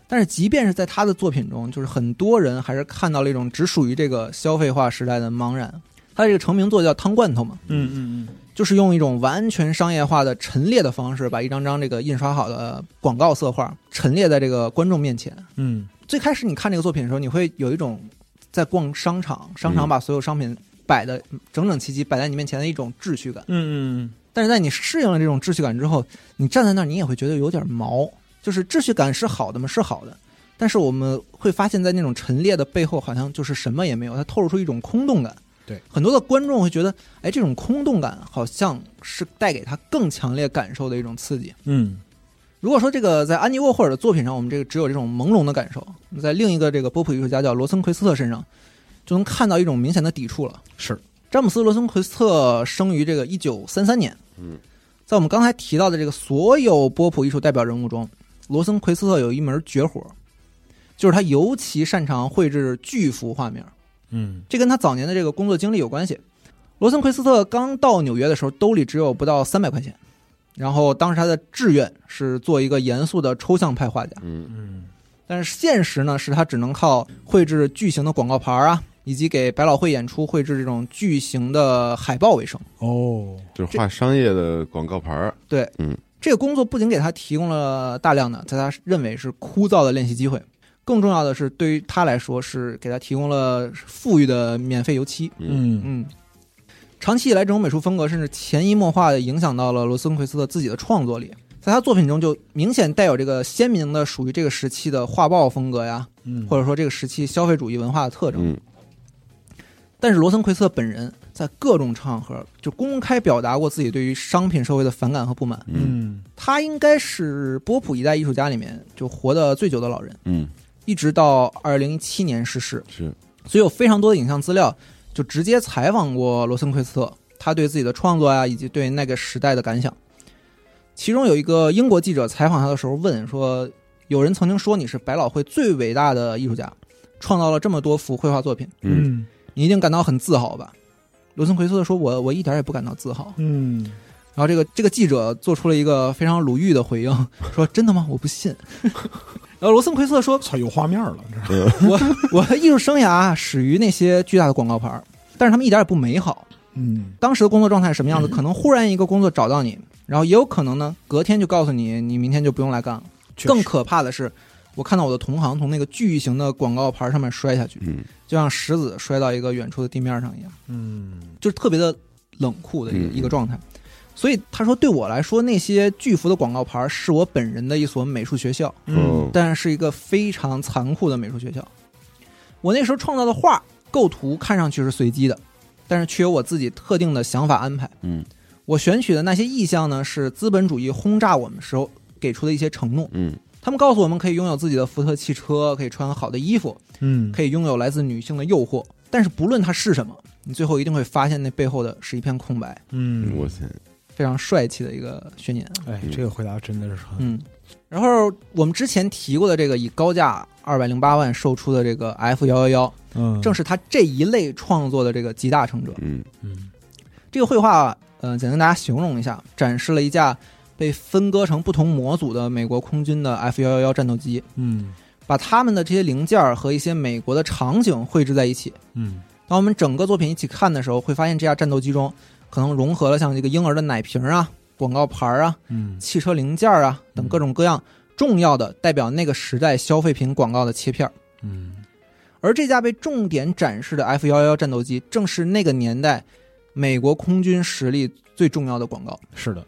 D: 但是，即便是在他的作品中，就是很多人还是看到了一种只属于这个消费化时代的茫然。他的这个成名作叫《汤罐头》嘛，
B: 嗯嗯嗯，
D: 就是用一种完全商业化的陈列的方式，把一张张这个印刷好的广告色画陈列在这个观众面前。
B: 嗯
D: 最开始你看这个作品的时候，你会有一种在逛商场，商场把所有商品摆的整整齐齐摆在你面前的一种秩序感。
B: 嗯
D: 但是在你适应了这种秩序感之后，你站在那儿，你也会觉得有点毛。就是秩序感是好的吗？是好的，但是我们会发现，在那种陈列的背后，好像就是什么也没有，它透露出一种空洞感。
B: 对，
D: 很多的观众会觉得，哎，这种空洞感好像是带给他更强烈感受的一种刺激。
B: 嗯
D: 如果说这个在安妮沃霍尔的作品上，我们这个只有这种朦胧的感受，那在另一个这个波普艺术家叫罗森奎斯特身上，就能看到一种明显的抵触了。
B: 是，
D: 詹姆斯·罗森奎斯特生于这个一九三三年，
C: 嗯，
D: 在我们刚才提到的这个所有波普艺术代表人物中，罗森奎斯特有一门绝活，就是他尤其擅长绘制巨幅画面。
B: 嗯
D: 这跟他早年的这个工作经历有关系。罗森奎斯特刚到纽约的时候，兜里只有不到三百块钱，然后当时他的志愿是做一个严肃的抽象派画家，
C: 嗯
B: 嗯
D: 但是现实呢，是他只能靠绘制巨型的广告牌儿啊，以及给百老汇演出绘制这种巨型的海报为生。
B: 哦，
C: 就是画商业的广告牌儿，嗯
D: 这个工作不仅给他提供了大量的在他认为是枯燥的练习机会，更重要的是对于他来说是给他提供了富裕的免费油漆。
B: 嗯
D: 嗯，长期以来，这种美术风格甚至潜移默化的影响到了罗森奎斯特自己的创作里，在他作品中就明显带有这个鲜明的属于这个时期的画报风格呀，
B: 嗯
D: 或者说这个时期消费主义文化的特征。
C: 嗯
D: 但是罗森奎斯特本人在各种场合就公开表达过自己对于商品社会的反感和不满。
C: 嗯
B: 嗯
D: 他应该是波普一代艺术家里面就活得最久的老人，
C: 嗯，
D: 一直到二零一七年逝世。
C: 是，
D: 所以有非常多的影像资料就直接采访过罗森奎斯特，他对自己的创作啊，以及对那个时代的感想。其中有一个英国记者采访他的时候问说：“有人曾经说你是百老汇最伟大的艺术家，创造了这么多幅绘画作品，
C: 嗯
D: 你一定感到很自豪吧？”罗森奎斯特说我：“我一点也不感到自豪。
B: 嗯”
D: 然后这个这个记者做出了一个非常鲁豫的回应，说：“真的吗？我不信。” 然后罗森奎斯特说：“
B: 操，有画面了，这
D: 我 我的艺术生涯始于那些巨大的广告牌儿，但是他们一点也不美好。
B: 嗯
D: 当时的工作状态是什么样子？可能忽然一个工作找到你，然后也有可能呢，隔天就告诉你，你明天就不用来干了。
B: 确实
D: 更可怕的是，我看到我的同行从那个巨型的广告牌儿上面摔下去，
C: 嗯
D: 就像石子摔到一个远处的地面上一样，
B: 嗯
D: 就是特别的冷酷的一个、
C: 嗯
D: 一个状态。所以他说，对我来说，那些巨幅的广告牌儿是我本人的一所美术学校。
C: 哦
B: 嗯
D: 但是一个非常残酷的美术学校。我那时候创造的画构图看上去是随机的，但是却有我自己特定的想法安排。
C: 嗯
D: 我选取的那些意象呢，是资本主义轰炸我们时候给出的一些承诺。
C: 嗯
D: 他们告诉我们可以拥有自己的福特汽车，可以穿好的衣服，
B: 嗯
D: 可以拥有来自女性的诱惑。但是不论它是什么，你最后一定会发现那背后的是一片空白。
B: 嗯
C: 嗯，我天，
D: 非常帅气的一个宣言。
B: 哎，这个回答真的是很
D: 嗯，然后我们之前提过的这个以高价二百零八万售出的这个 F 幺幺幺，
B: 嗯
D: 正是他这一类创作的这个集大成者。
C: 嗯
B: 嗯
D: 这个绘画，呃，简单跟大家形容一下，展示了一架被分割成不同模组的美国空军的 F 幺幺幺战斗机，
B: 嗯
D: 把它们的这些零件儿和一些美国的场景绘制在一起。
B: 嗯
D: 当我们整个作品一起看的时候，会发现这架战斗机中可能融合了像这个婴儿的奶瓶儿啊、广告牌儿啊、
B: 嗯
D: 汽车零件啊等各种各样重要的代表那个时代消费品广告的切片儿。
B: 嗯
D: 而这架被重点展示的 F 幺幺战斗机，正是那个年代美国空军实力最重要的广告。
B: 是的，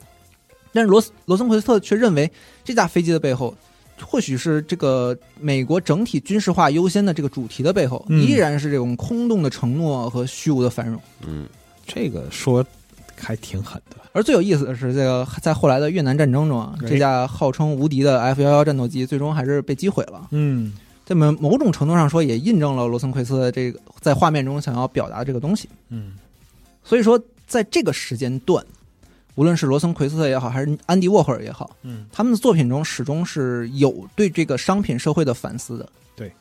D: 但是罗斯罗森奎斯特却认为，这架飞机的背后，或许是这个美国整体军事化优先的这个主题的背后，
B: 嗯
D: 依然是这种空洞的承诺和虚无的繁荣。
C: 嗯
B: 这个说还挺狠的，
D: 而最有意思的是，这个在后来的越南战争中啊，
B: 哎
D: 这架号称无敌的 F 幺幺战斗机最终还是被击毁了。
B: 嗯
D: 在某某种程度上说，也印证了罗森奎斯的这个在画面中想要表达的这个东西。
B: 嗯
D: 所以说，在这个时间段，无论是罗森奎斯特也好，还是安迪沃霍尔也好，
B: 嗯
D: 他们的作品中始终是有对这个商品社会的反思的。
B: 对，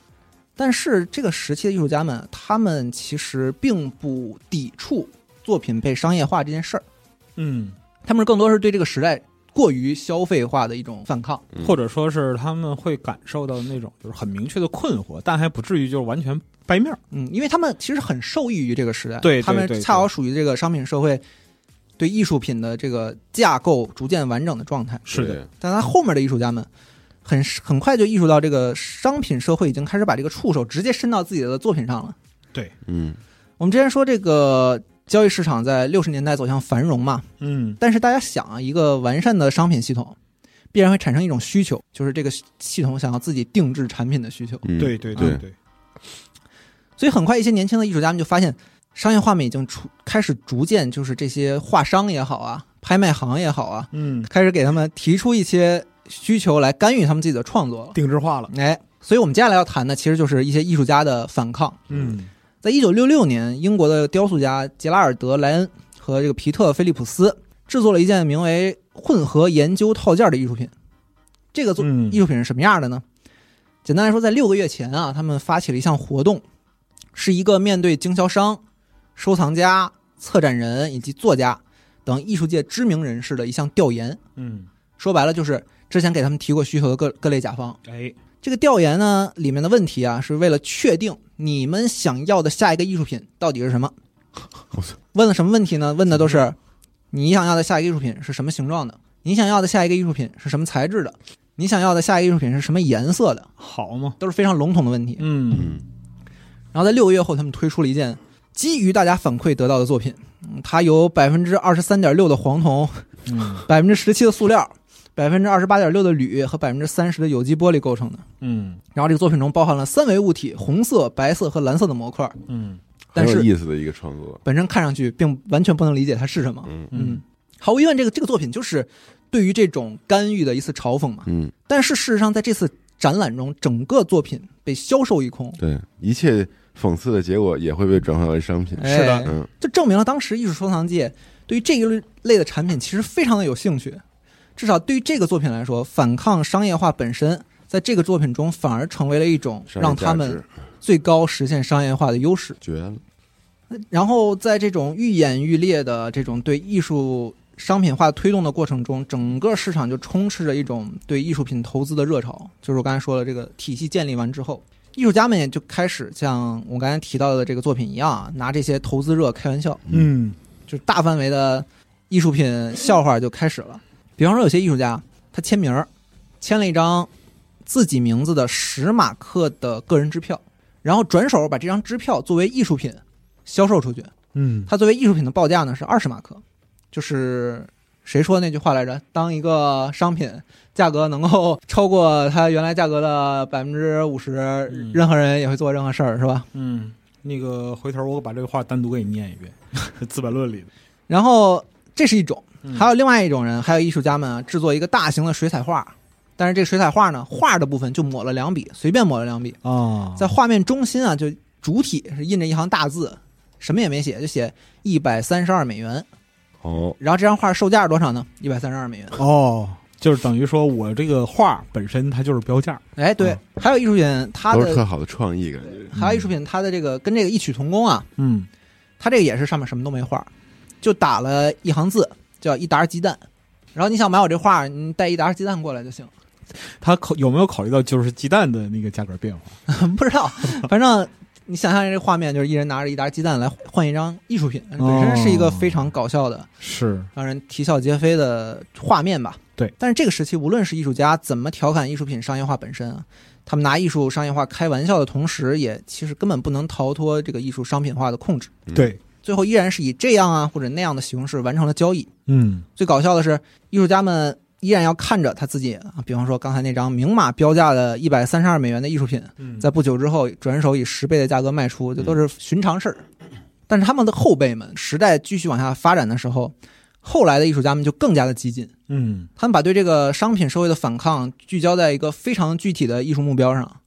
D: 但是这个时期的艺术家们，他们其实并不抵触作品被商业化这件事儿，
B: 嗯，
D: 他们更多是对这个时代过于消费化的一种反抗。
C: 嗯
B: 或者说是他们会感受到那种就是很明确的困惑，但还不至于就是完全掰面儿。
D: 嗯，因为他们其实很受益于这个时代，
B: 对对
D: 他们
B: 对
D: 恰好属于这个商品社会对艺术品的这个架构逐渐完整的状态。
B: 是的，
C: 对，
D: 但他后面的艺术家们很很快就意识到，这个商品社会已经开始把这个触手直接伸到自己的作品上了。
C: 嗯，
D: 我们之前说这个交易市场在六十年代走向繁荣嘛，
B: 嗯
D: 但是大家想啊，一个完善的商品系统必然会产生一种需求，就是这个系统想要自己定制产品的需求。
C: 嗯，
B: 对对
C: 对
B: 对，
D: 所以很快一些年轻的艺术家们就发现，商业化们已经出开始逐渐就是这些画商也好啊，拍卖行也好啊，
B: 嗯，
D: 开始给他们提出一些需求来干预他们自己的创作了。
B: 定制化了，
D: 哎，所以我们接下来要谈的其实就是一些艺术家的反抗。
B: 嗯
D: 在一九六六年，英国的雕塑家杰拉尔德·莱恩和这个皮特·菲利普斯制作了一件名为“混合研究套件”的艺术品。这个作
B: 嗯
D: 艺术品是什么样的呢？简单来说，在六个月前啊，他们发起了一项活动，是一个面对经销商、收藏家、策展人以及作家等艺术界知名人士的一项调研。
B: 嗯，
D: 说白了，就是之前给他们提过需求的各各类甲方。
B: 哎，
D: 这个调研呢，里面的问题啊，是为了确定你们想要的下一个艺术品到底是什么
C: 我操。
D: 问了什么问题呢？问的都是你想要的下一个艺术品是什么形状的，你想要的下一个艺术品是什么材质的，你想要的下一个艺术品是什么颜色的，
B: 好嘛，
D: 都是非常笼统的问题。
B: 嗯
C: 嗯，
D: 然后在六个月后，他们推出了一件基于大家反馈得到的作品，嗯它有百分之二十三点六的黄铜，
B: 嗯
D: 百分之十七的塑料，百分之二十八点六的铝和百分之三十的有机玻璃构成的。
B: 嗯
D: 然后这个作品中包含了三维物体，红色、白色和蓝色的模块，
B: 嗯
D: 但
C: 很有
D: 是
C: 意思的一个创作，
D: 本身看上去并完全不能理解它是什么。
C: 嗯
D: 嗯，毫无疑问，这个这个作品就是对于这种干预的一次嘲讽嘛。
C: 嗯，
D: 但是事实上，在这次展览中，整个作品被销售一空，
C: 对，一切讽刺的结果也会被转化为商品，
D: 哎是的
C: 嗯，
D: 这证明了当时艺术收藏界对于这一类的产品其实非常的有兴趣。至少对于这个作品来说，反抗商业化本身，在这个作品中反而成为了一种
C: 商业
D: 让
C: 价
D: 他
C: 值
D: 们最高实现商业化的优势。
C: 绝了，
D: 然后在这种愈演愈烈的这种对艺术商品化推动的过程中，整个市场就充斥着一种对艺术品投资的热潮。就是我刚才说了，这个体系建立完之后，艺术家们也就开始像我刚才提到的这个作品一样啊，拿这些投资热开玩笑，
B: 嗯
D: 就是大范围的艺术品笑话就开始了。比方说，有些艺术家他签名儿，签了一张自己名字的十马克的个人支票，然后转手把这张支票作为艺术品销售出去。
B: 嗯，
D: 它作为艺术品的报价呢是二十马克，就是谁说那句话来着？当一个商品价格能够 超过它原来价格的百分之五十，任何人也会做任何事儿，是吧？
B: 嗯，那个回头我把这个话单独给你念一遍，《资本论》里的，
D: 然后这是一种，
B: 嗯
D: 还有另外一种人，还有艺术家们啊，制作一个大型的水彩画，但是这水彩画呢，画的部分就抹了两笔，随便抹了两笔，
B: 啊，
D: 在画面中心啊，就主体是印着一行大字，什么也没写，就写一百三十二美元。
C: 哦，
D: 然后这张画售价是多少呢？一百三十二美元。
B: 哦，就是等于说我这个画本身它就是标价，
D: 哎，对，
B: 嗯
D: 还有艺术品，它
C: 都是特
D: 的
C: 好的创意，感觉，
D: 还有艺术品，它的这个跟这个异曲同工啊，
B: 嗯
D: 它这个也是上面什么都没画，就打了一行字，叫一打鸡蛋。然后你想买我这画，你带一打鸡蛋过来就行。
B: 他考有没有考虑到就是鸡蛋的那个价格变化？
D: 不知 道，反正你想象一下这画面，就是一人拿着一沓鸡蛋来换一张艺术品，本
C: 哦
D: 身是一个非常搞笑的、
B: 是，
D: 让人啼笑皆非的画面吧。
B: 对，
D: 但是这个时期，无论是艺术家怎么调侃艺术品商业化本身啊，他们拿艺术商业化开玩笑的同时，也其实根本不能逃脱这个艺术商品化的控制，
C: 嗯，
B: 对，
D: 最后依然是以这样啊或者那样的形式完成了交易。
B: 嗯
D: 最搞笑的是，艺术家们依然要看着他自己啊，比方说刚才那张明码标价的一百三十二美元的艺术品，
B: 嗯
D: 在不久之后转手以十倍的价格卖出，这都是寻常事儿。但是他们的后辈们，时代继续往下发展的时候，后来的艺术家们就更加的激进，
B: 嗯
D: 他们把对这个商品社会的反抗聚焦在一个非常具体的艺术目标上。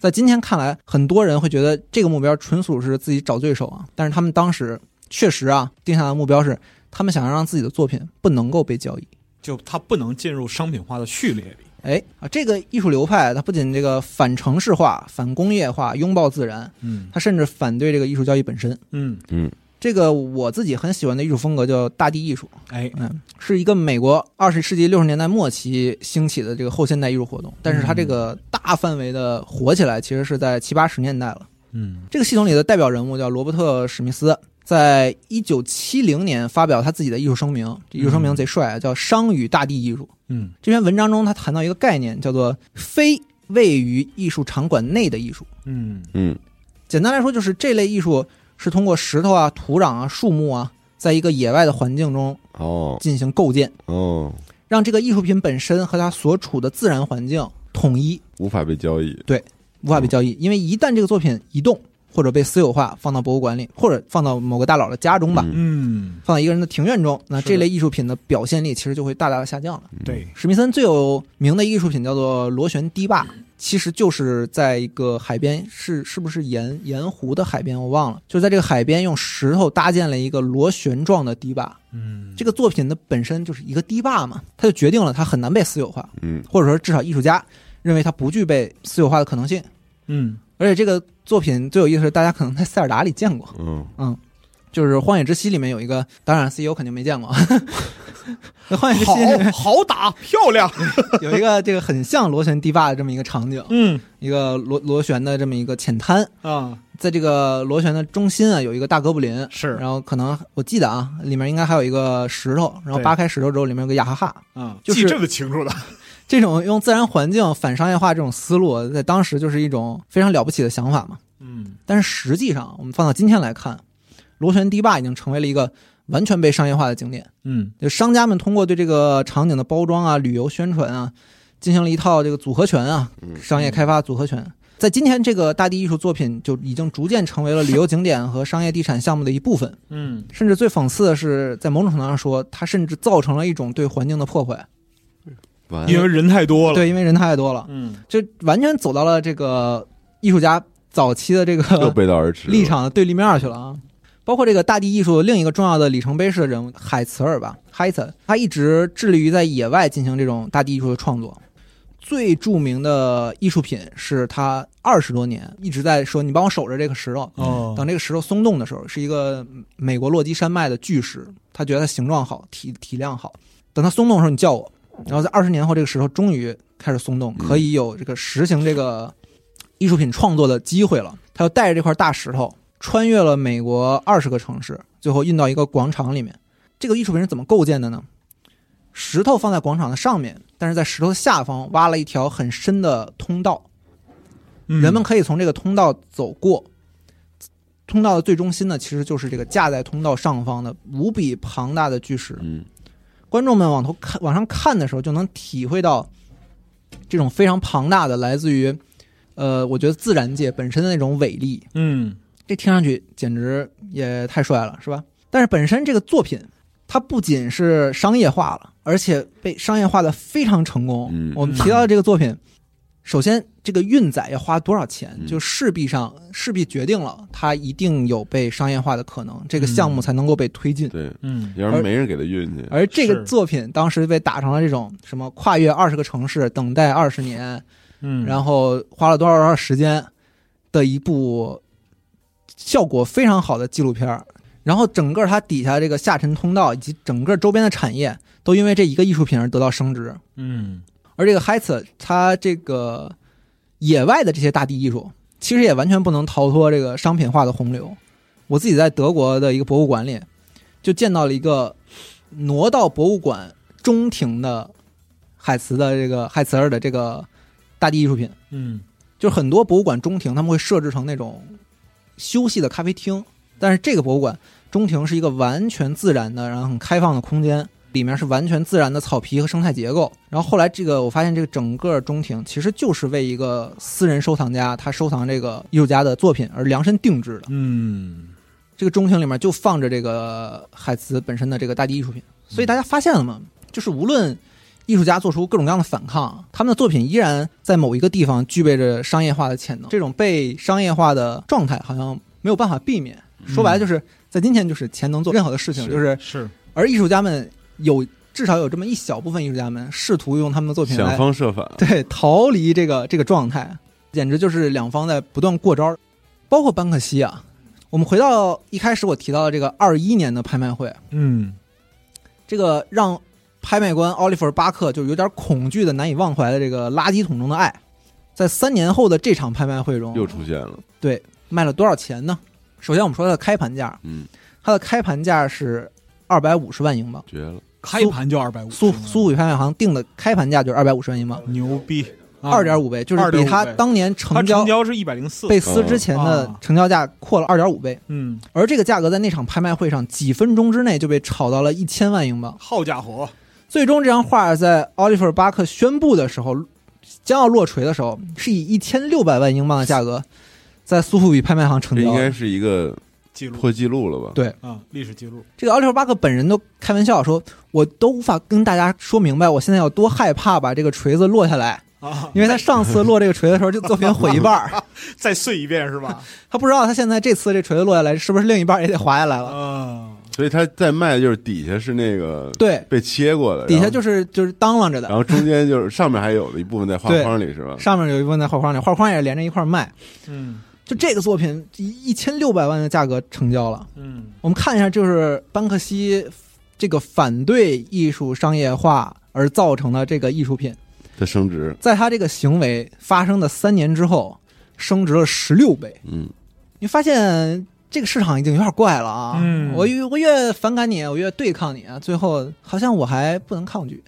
D: 在今天看来，很多人会觉得这个目标纯属是自己找罪受啊，但是他们当时确实啊定下的目标是，他们想要让自己的作品不能够被交易。
B: 就它不能进入商品化的序列里。
D: 哎啊，这个艺术流派它不仅这个反城市化、反工业化，拥抱自然，
B: 嗯
D: 它甚至反对这个艺术教育本身。
B: 嗯，
C: 嗯
D: 这个我自己很喜欢的艺术风格叫大地艺术，
B: 哎，
D: 嗯，是一个美国二十世纪六十年代末期兴起的这个后现代艺术活动，但是它这个大范围的火起来，其实是在七八十年代了。
B: 嗯
D: 这个系统里的代表人物叫罗伯特·史密斯，在一九七零年发表他自己的艺术声明，这艺术声明贼帅啊，叫《商与大地艺术》。
B: 嗯
D: 这篇文章中，他谈到一个概念，叫做“非位于艺术场馆内的艺术”。
B: 嗯
C: 嗯
D: 简单来说，就是这类艺术是通过石头啊、土壤啊、树木啊，在一个野外的环境中
C: 哦
D: 进行构建，
C: 哦，
D: 让这个艺术品本身和它所处的自然环境统一，
C: 无法被交易。
D: 无法被交易。因为一旦这个作品移动或者被私有化，放到博物馆里，或者放到某个大佬的家中吧，
C: 嗯
B: 嗯，
D: 放到一个人的庭院中，那
B: 是的
D: 这类艺术品的表现力其实就会大大的下降了。
B: 对，
D: 史密森最有名的一个艺术品叫做螺旋堤坝，其实就是在一个海边，是是不是盐盐湖的海边？我忘了，就是在这个海边用石头搭建了一个螺旋状的堤坝。
B: 嗯
D: 这个作品的本身就是一个堤坝嘛，它就决定了它很难被私有化，
C: 嗯
D: 或者说至少艺术家认为它不具备私有化的可能性。
B: 嗯
D: 而且这个作品最有意思的是，大家可能在塞尔达里见过，
C: 嗯
D: 就是《荒野之息》里面有一个，当然 CEO 肯定没见过， 《荒野之息》里面
B: 好好打，漂亮，
D: 有一个这个很像螺旋堤坝的这么一个场景，
B: 嗯
D: 一个螺螺旋的这么一个浅滩，
B: 啊
D: 在这个螺旋的中心啊，有一个大哥布林，
B: 是
D: 然后可能我记得啊，里面应该还有一个石头，然后
B: 对
D: 扒开石头之后，里面有个雅哈哈。
B: 啊，
D: 就是
B: 记这么清楚的，
D: 这种用自然环境反商业化这种思路，在当时就是一种非常了不起的想法嘛。
B: 嗯
D: 但是实际上，我们放到今天来看，螺旋堤坝已经成为了一个完全被商业化的景点。
B: 嗯
D: 就商家们通过对这个场景的包装啊、旅游宣传啊，进行了一套这个组合拳啊，
C: 嗯
D: 商业开发组合拳。在今天，这个大地艺术作品就已经逐渐成为了旅游景点和商业地产项目的一部分，
B: 嗯
D: 甚至最讽刺的是，在某种程度上说，它甚至造成了一种对环境的破坏。
C: 完
B: 因为人太多了，
D: 对，因为人太多了，
B: 嗯
D: 就完全走到了这个艺术家早期的这
C: 又
D: 个
C: 背道而驰了
D: 立。场的对立面去了啊。包括这个大地艺术另一个重要的里程碑式的人物海茨尔吧，海茨，他一直致力于在野外进行这种大地艺术的创作。最著名的艺术品是他二十多年一直在说：“你帮我守着这个石头，
B: 哦
D: 等这个石头松动的时候，是一个美国落基山脉的巨石，他觉得它形状好，体体量好。等它松动的时候，你叫我。然后在二十年后，这个石头终于开始松动，
C: 嗯
D: 可以有这个实行这个艺术品创作的机会了。他就带着这块大石头，穿越了美国二十个城市，最后运到一个广场里面。这个艺术品是怎么构建的呢？石头放在广场的上面，但是在石头下方挖了一条很深的通道，
B: 嗯
D: 人们可以从这个通道走过。通道的最中心呢，其实就是这个架在通道上方的无比庞大的巨石。
C: 嗯
D: 观众们往头看、往上看的时候，就能体会到这种非常庞大的来自于，呃，我觉得自然界本身的那种伟力。
B: 嗯
D: 这听上去简直也太帅了，是吧？但是本身这个作品，它不仅是商业化了，而且被商业化的非常成功。
C: 嗯
D: 我们提到的这个作品，首先这个运载要花多少钱，
C: 嗯
D: 就势必上势必决定了它一定有被商业化的可能，这个项目才能够被推进。
C: 嗯对，
B: 嗯
C: 要不然没人给他运气。
D: 而这个
B: 是
D: 作品当时被打成了这种什么跨越二十个城市，等待二十年，
B: 嗯，
D: 然后花了多少多少时间的一部效果非常好的纪录片儿。然后整个它底下这个下沉通道以及整个周边的产业都因为这一个艺术品而得到升值。
B: 嗯
D: 而这个 h e 茨，它这个野外的这些大地艺术，其实也完全不能逃脱这个商品化的洪流。我自己在德国的一个博物馆里，就见到了一个挪到博物馆中庭的海茨的这个海茨尔的这个大地艺术品。
B: 嗯
D: 就是很多博物馆中庭他们会设置成那种休息的咖啡厅，但是这个博物馆中庭是一个完全自然的，然后很开放的空间，里面是完全自然的草皮和生态结构。然后后来这个我发现这个整个中庭其实就是为一个私人收藏家他收藏这个艺术家的作品而量身定制的。
B: 嗯
D: 这个中庭里面就放着这个海茨本身的这个大地艺术品，所以大家发现了吗？就是无论艺术家做出各种各样的反抗，他们的作品依然在某一个地方具备着商业化的潜能。这种被商业化的状态好像没有办法避免。说白了，就是在今天，就是钱能做任何的事情，
C: 是
D: 就是
B: 是
D: 而艺术家们有至少有这么一小部分艺术家们试图用他们的作品
C: 想
D: 来哦
C: 方设法，
D: 对逃离这个这个状态，简直就是两方在不断过招儿。包括班克西啊，我们回到一开始我提到的这个二一年的拍卖会，
B: 嗯
D: 这个让拍卖官奥利弗·巴克就有点恐惧的难以忘怀的这个垃圾桶中的爱，在三年后的这场拍卖会中
C: 又出现了，
D: 对卖了多少钱呢？首先我们说它的开盘价，
C: 嗯，
D: 它的开盘价是二百五十万英镑，
C: 绝了，
B: 开盘就二百五，
D: 苏苏伟拍卖行定的开盘价就是二百五十万英镑，
B: 牛逼，
D: 二点五倍，就是比
B: 2.5
D: 它
B: 倍
D: 当年
B: 它
D: 成
B: 成
D: 交
B: 交是一百零四，
D: 被撕之前的
B: 啊
D: 成交价扩了二点五倍，
B: 嗯，
D: 而这个价格在那场拍卖会上几分钟之内就被炒到了一千万英镑。
B: 好家伙，
D: 最终，这张画在奥利弗·巴克宣布的时候，将要落锤的时候，是以一千六百万英镑的价格在苏富比拍卖行成
C: 这应
D: 交。
C: 该是一个
B: 记录
C: 破纪录了吧？
D: 对
B: 啊，历史记录，
D: 这个奥利弗·巴克本人都开玩笑说：“我都无法跟大家说明白，我现在有多害怕把这个锤子落下来，
B: 啊，
D: 因为他上次落这个锤的时候，这作品毁一半儿，
B: 再碎一遍是吧？
D: 他不知道他现在这次这锤子落下来，是不是另一半也得滑下来了？
B: 啊，
C: 所以他在卖的就是底下是那个
D: 对，
C: 被切过的，
D: 底下
C: 然后
D: 就是就是当啷着
C: 然
D: 的，
C: 后中间就是上面还有的一部分在画
D: 对
C: 框里是吧？
D: 上面有一部分在画框里，画框也连着一块儿卖。
B: 嗯
D: 就这个作品一一千六百万的价格成交了。”
B: 嗯
D: 我们看一下，就是班克西这个反对艺术商业化而造成的这个艺术品，
C: 它升值，
D: 在他这个行为发生的三年之后，升值了十六倍。
C: 嗯，
D: 你发现这个市场已经有点怪了啊！
B: 嗯
D: 我越我越反感你，我越对抗你，啊最后好像我还不能抗拒，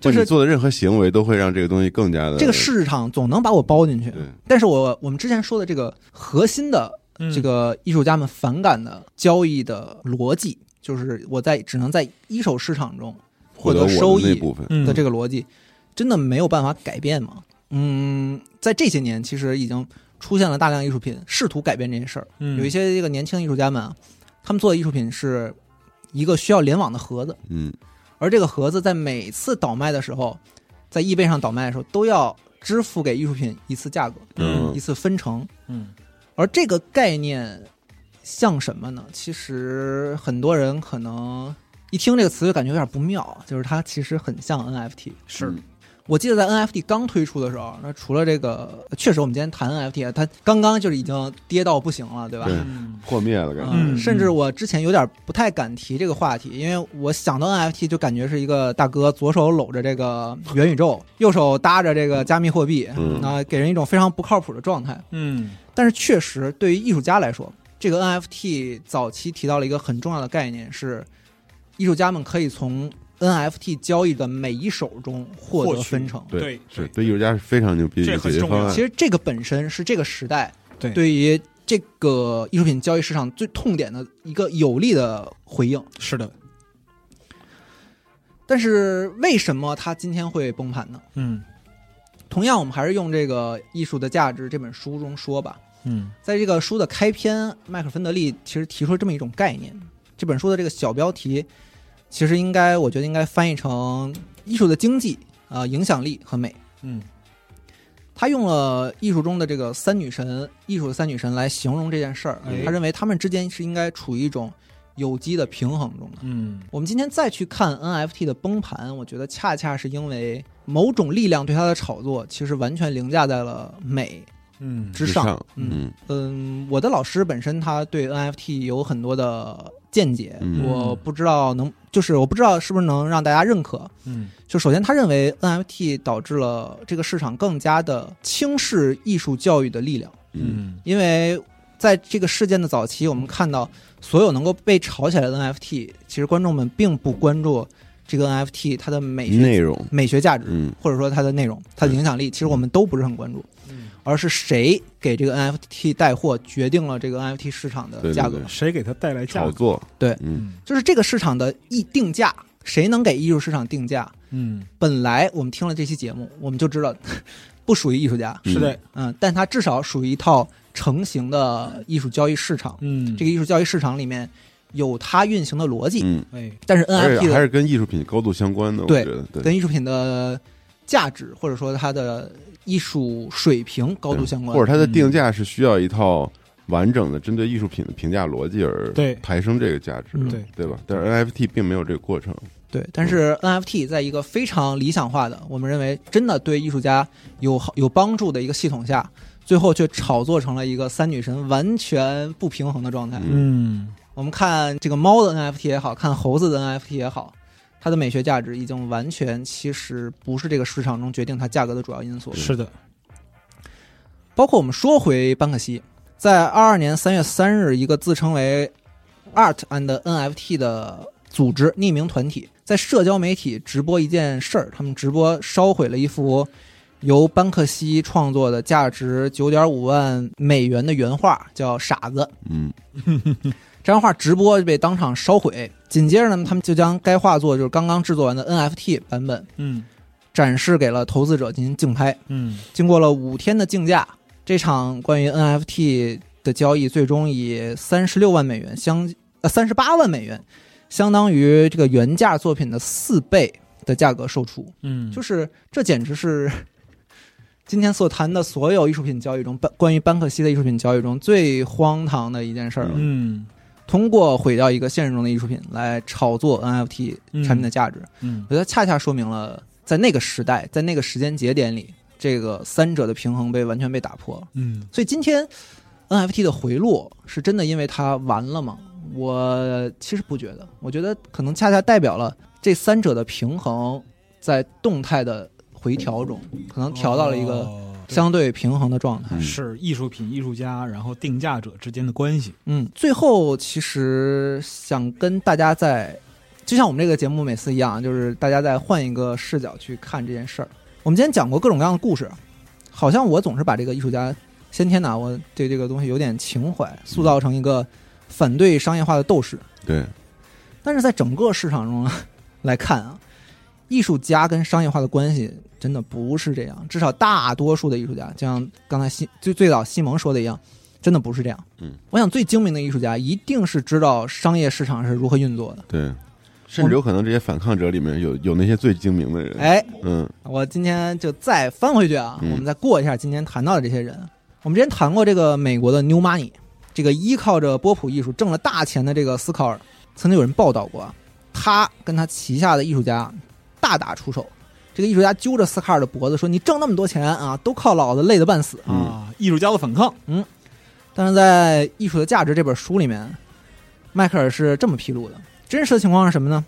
D: 就
C: 你
D: 是。
C: 做的任何行为都会让这个东西更加的
D: 这个市场总能把我包进去
C: 嗯对，
D: 但是我我们之前说的这个核心的
B: 嗯
D: 这个艺术家们反感的交易的逻辑，就是我在只能在一手市场中
C: 获
D: 获
C: 得
D: 得收
C: 我的那
D: 益
C: 部分，
B: 嗯
D: 的这
B: 个
D: 个逻辑，真的没有办法改变吗？嗯，在这些年，其实已经出现了大量艺术品试图改变这件事儿。
B: 嗯
D: 有一些这个年轻艺术家们啊，他们做的艺术品是一个需要联网的盒子，
C: 嗯，
D: 而这个盒子在每次倒卖的时候，在易贝上倒卖的时候，都要支付给艺术品一次价格，
C: 嗯
D: 一次分成。
B: 嗯
D: 而这个概念像什么呢？其实很多人可能一听这个词就感觉有点不妙，就是它其实很像 NFT。
B: 是
C: 嗯
D: 我记得在 NFT 刚推出的时候，那除了这个，确实我们今天谈 NFT，它啊刚刚就是已经跌到不行了，对吧？
C: 对
B: 嗯
C: 破灭了感觉，
B: 嗯
D: 甚至我之前有点不太敢提这个话题，因为我想到 NFT 就感觉是一个大哥左手搂着这个元宇宙，右手搭着这个加密货币，
C: 嗯
D: 那、给人一种非常不靠谱的状态。
B: 嗯
D: 但是确实，对于艺术家来说，这个 NFT 早期提到了一个很重要的概念是，艺术家们可以从 NFT 交易的每一手中获得
B: 获取
D: 分成。
C: 对
B: 对
C: 是对艺术家是非常牛逼的
B: 这
C: 一个
B: 很
C: 解决
B: 重要
C: 方
D: 其
C: 案，
D: 实这个本身是这个时代
B: 嗯对
D: 对于这个艺术品交易市场最痛点的一个有力的回应。
B: 是的，
D: 但是为什么它今天会崩盘呢？
B: 嗯
D: 同样，我们还是用这个《艺术的价值》这本书中说吧。
B: 嗯
D: 在这个书的开篇，迈克尔芬德利其实提出了这么一种概念。这本书的这个小标题，其实应该我觉得应该翻译成“艺术的经济”啊、影响力和美。
B: 嗯
D: 他用了艺术中的这个三女神，艺术的三女神来形容这件事儿
B: 哎。
D: 他认为他们之间是应该处于一种有机的平衡中的。
B: 嗯
D: 我们今天再去看 NFT 的崩盘，我觉得恰恰是因为某种力量对它的炒作，其实完全凌驾在了美
B: 嗯
D: 之
C: 之
D: 上。
C: 上，
D: 嗯
C: 嗯
D: 嗯，我的老师本身他对 NFT 有很多的见解，
C: 嗯
D: 我不知道能，就是我不知道是不是能让大家认可。
B: 嗯
D: 就首先，他认为 NFT 导致了这个市场更加的轻视艺术教育的力量，
C: 嗯，
D: 因为在这个事件的早期，我们看到所有能够被炒起来的 NFT，其实观众们并不关注这个 NFT 它的美学
C: 嗯内容，
D: 美学价值，
C: 嗯
D: 或者说它的内容、它的影响力，其实我们都不是很关注，而是谁给这个 NFT 带货决定了这个 NFT 市场的
C: 对对
D: 价格，
C: 对
B: 谁给他带来价
C: 炒
B: 格？
C: 作，
D: 对
C: 嗯，
D: 就是这个市场的一定价，谁能给艺术市场定价？
B: 嗯，
D: 本来我们听了这期节目，我们就知道 不属于艺术家，
B: 是的，
D: 嗯，但它至少属于一套成型的艺术交易市场。
B: 嗯，
D: 这个艺术交易市场里面有它运行的逻辑，
C: 嗯，
B: 哎，
D: 但是
C: 而
D: NFT
C: 且还
D: 的
C: 是跟艺术品高度相关的，我
D: 对
C: 觉得，对，
D: 跟艺术品的价值或者说它的艺术水平高度相关，嗯
C: 或者它的定价是需要一套完整的针对艺术品的评价逻辑而
B: 对
C: 抬升这个价值，
D: 嗯
B: 对
C: 对吧？但是 NFT 并没有这个过程，
D: 对，但是 NFT 在一个非常理想化的，我们认为真的对艺术家有好有帮助的一个系统下，最后却炒作成了一个三女神完全不平衡的状态。
B: 嗯，
D: 我们看这个猫的 NFT 也好看，猴子的 NFT 也好，它的美学价值已经完全其实不是这个市场中决定它价格的主要因
C: 嗯
D: 素。
B: 是的，
D: 包括我们说回班克西，在二二年三月三日，一个自称为 Art and NFT 的组织匿名团体，在社交媒体直播一件事儿，他们直播烧毁了一幅由班克西创作的价值九点五万美元的原画，叫《傻子》。
C: 嗯
D: 这张画直播就被当场烧毁。紧接着呢，他们就将该画作就是刚刚制作完的 NFT 版本
B: 嗯
D: 展示给了投资者进行竞拍。
B: 嗯
D: 经过了五天的竞价，这场关于 NFT 的交易最终以三十六万美元相呃三十八万美元，相当于这个原价作品的四倍的价格售出。
B: 嗯，
D: 就是是这简直是今天所谈的所有艺术品交易中，班关于班克西的艺术品交易中最荒唐的一件事儿了。
B: 嗯
D: 通过毁掉一个现实中的艺术品来炒作 NFT 产品的价值，
B: 嗯
D: 我觉得恰恰说明了在那个时代，在那个时间节点里，这个三者的平衡被完全被打破了。
B: 嗯
D: 所以今天 NFT 的回落是真的因为它完了吗？我其实不觉得，我觉得可能恰恰代表了这三者的平衡在动态的回调中，可能调到了一个
B: 哦对
D: 相对平衡的状态。
C: 嗯
B: 是艺术品、艺术家，然后定价者之间的关系。
D: 嗯，最后其实想跟大家在，就像我们这个节目每次一样，就是大家再换一个视角去看这件事儿。我们今天讲过各种各样的故事，好像我总是把这个艺术家先天呐，我对这个东西有点情怀，塑造成一个反对商业化的斗士。
C: 对，
D: 但是在整个市场中啊来看啊，艺术家跟商业化的关系真的不是这样，至少大多数的艺术家，就像刚才西最最早西蒙说的一样，真的不是这样。
C: 嗯，
D: 我想最精明的艺术家一定是知道商业市场是如何运作的。
C: 对，甚至有可能这些反抗者里面有有那些最精明的人，
D: 哎，
C: 嗯
D: 我今天就再翻回去啊，
C: 嗯
D: 我们再过一下今天谈到的这些人。我们之前谈过这个美国的 New Money，这个依靠着波普艺术挣了大钱的这个斯考尔，曾经有人报道过啊，他跟他旗下的艺术家大打出手。这个艺术家揪着斯卡尔的脖子说：“你挣那么多钱啊，都靠老子累得半死。
C: 嗯
B: 啊，艺术家的反抗，”
D: 但是在《艺术的价值》这本书里面，迈克尔是这么披露的：真实的情况是什么呢？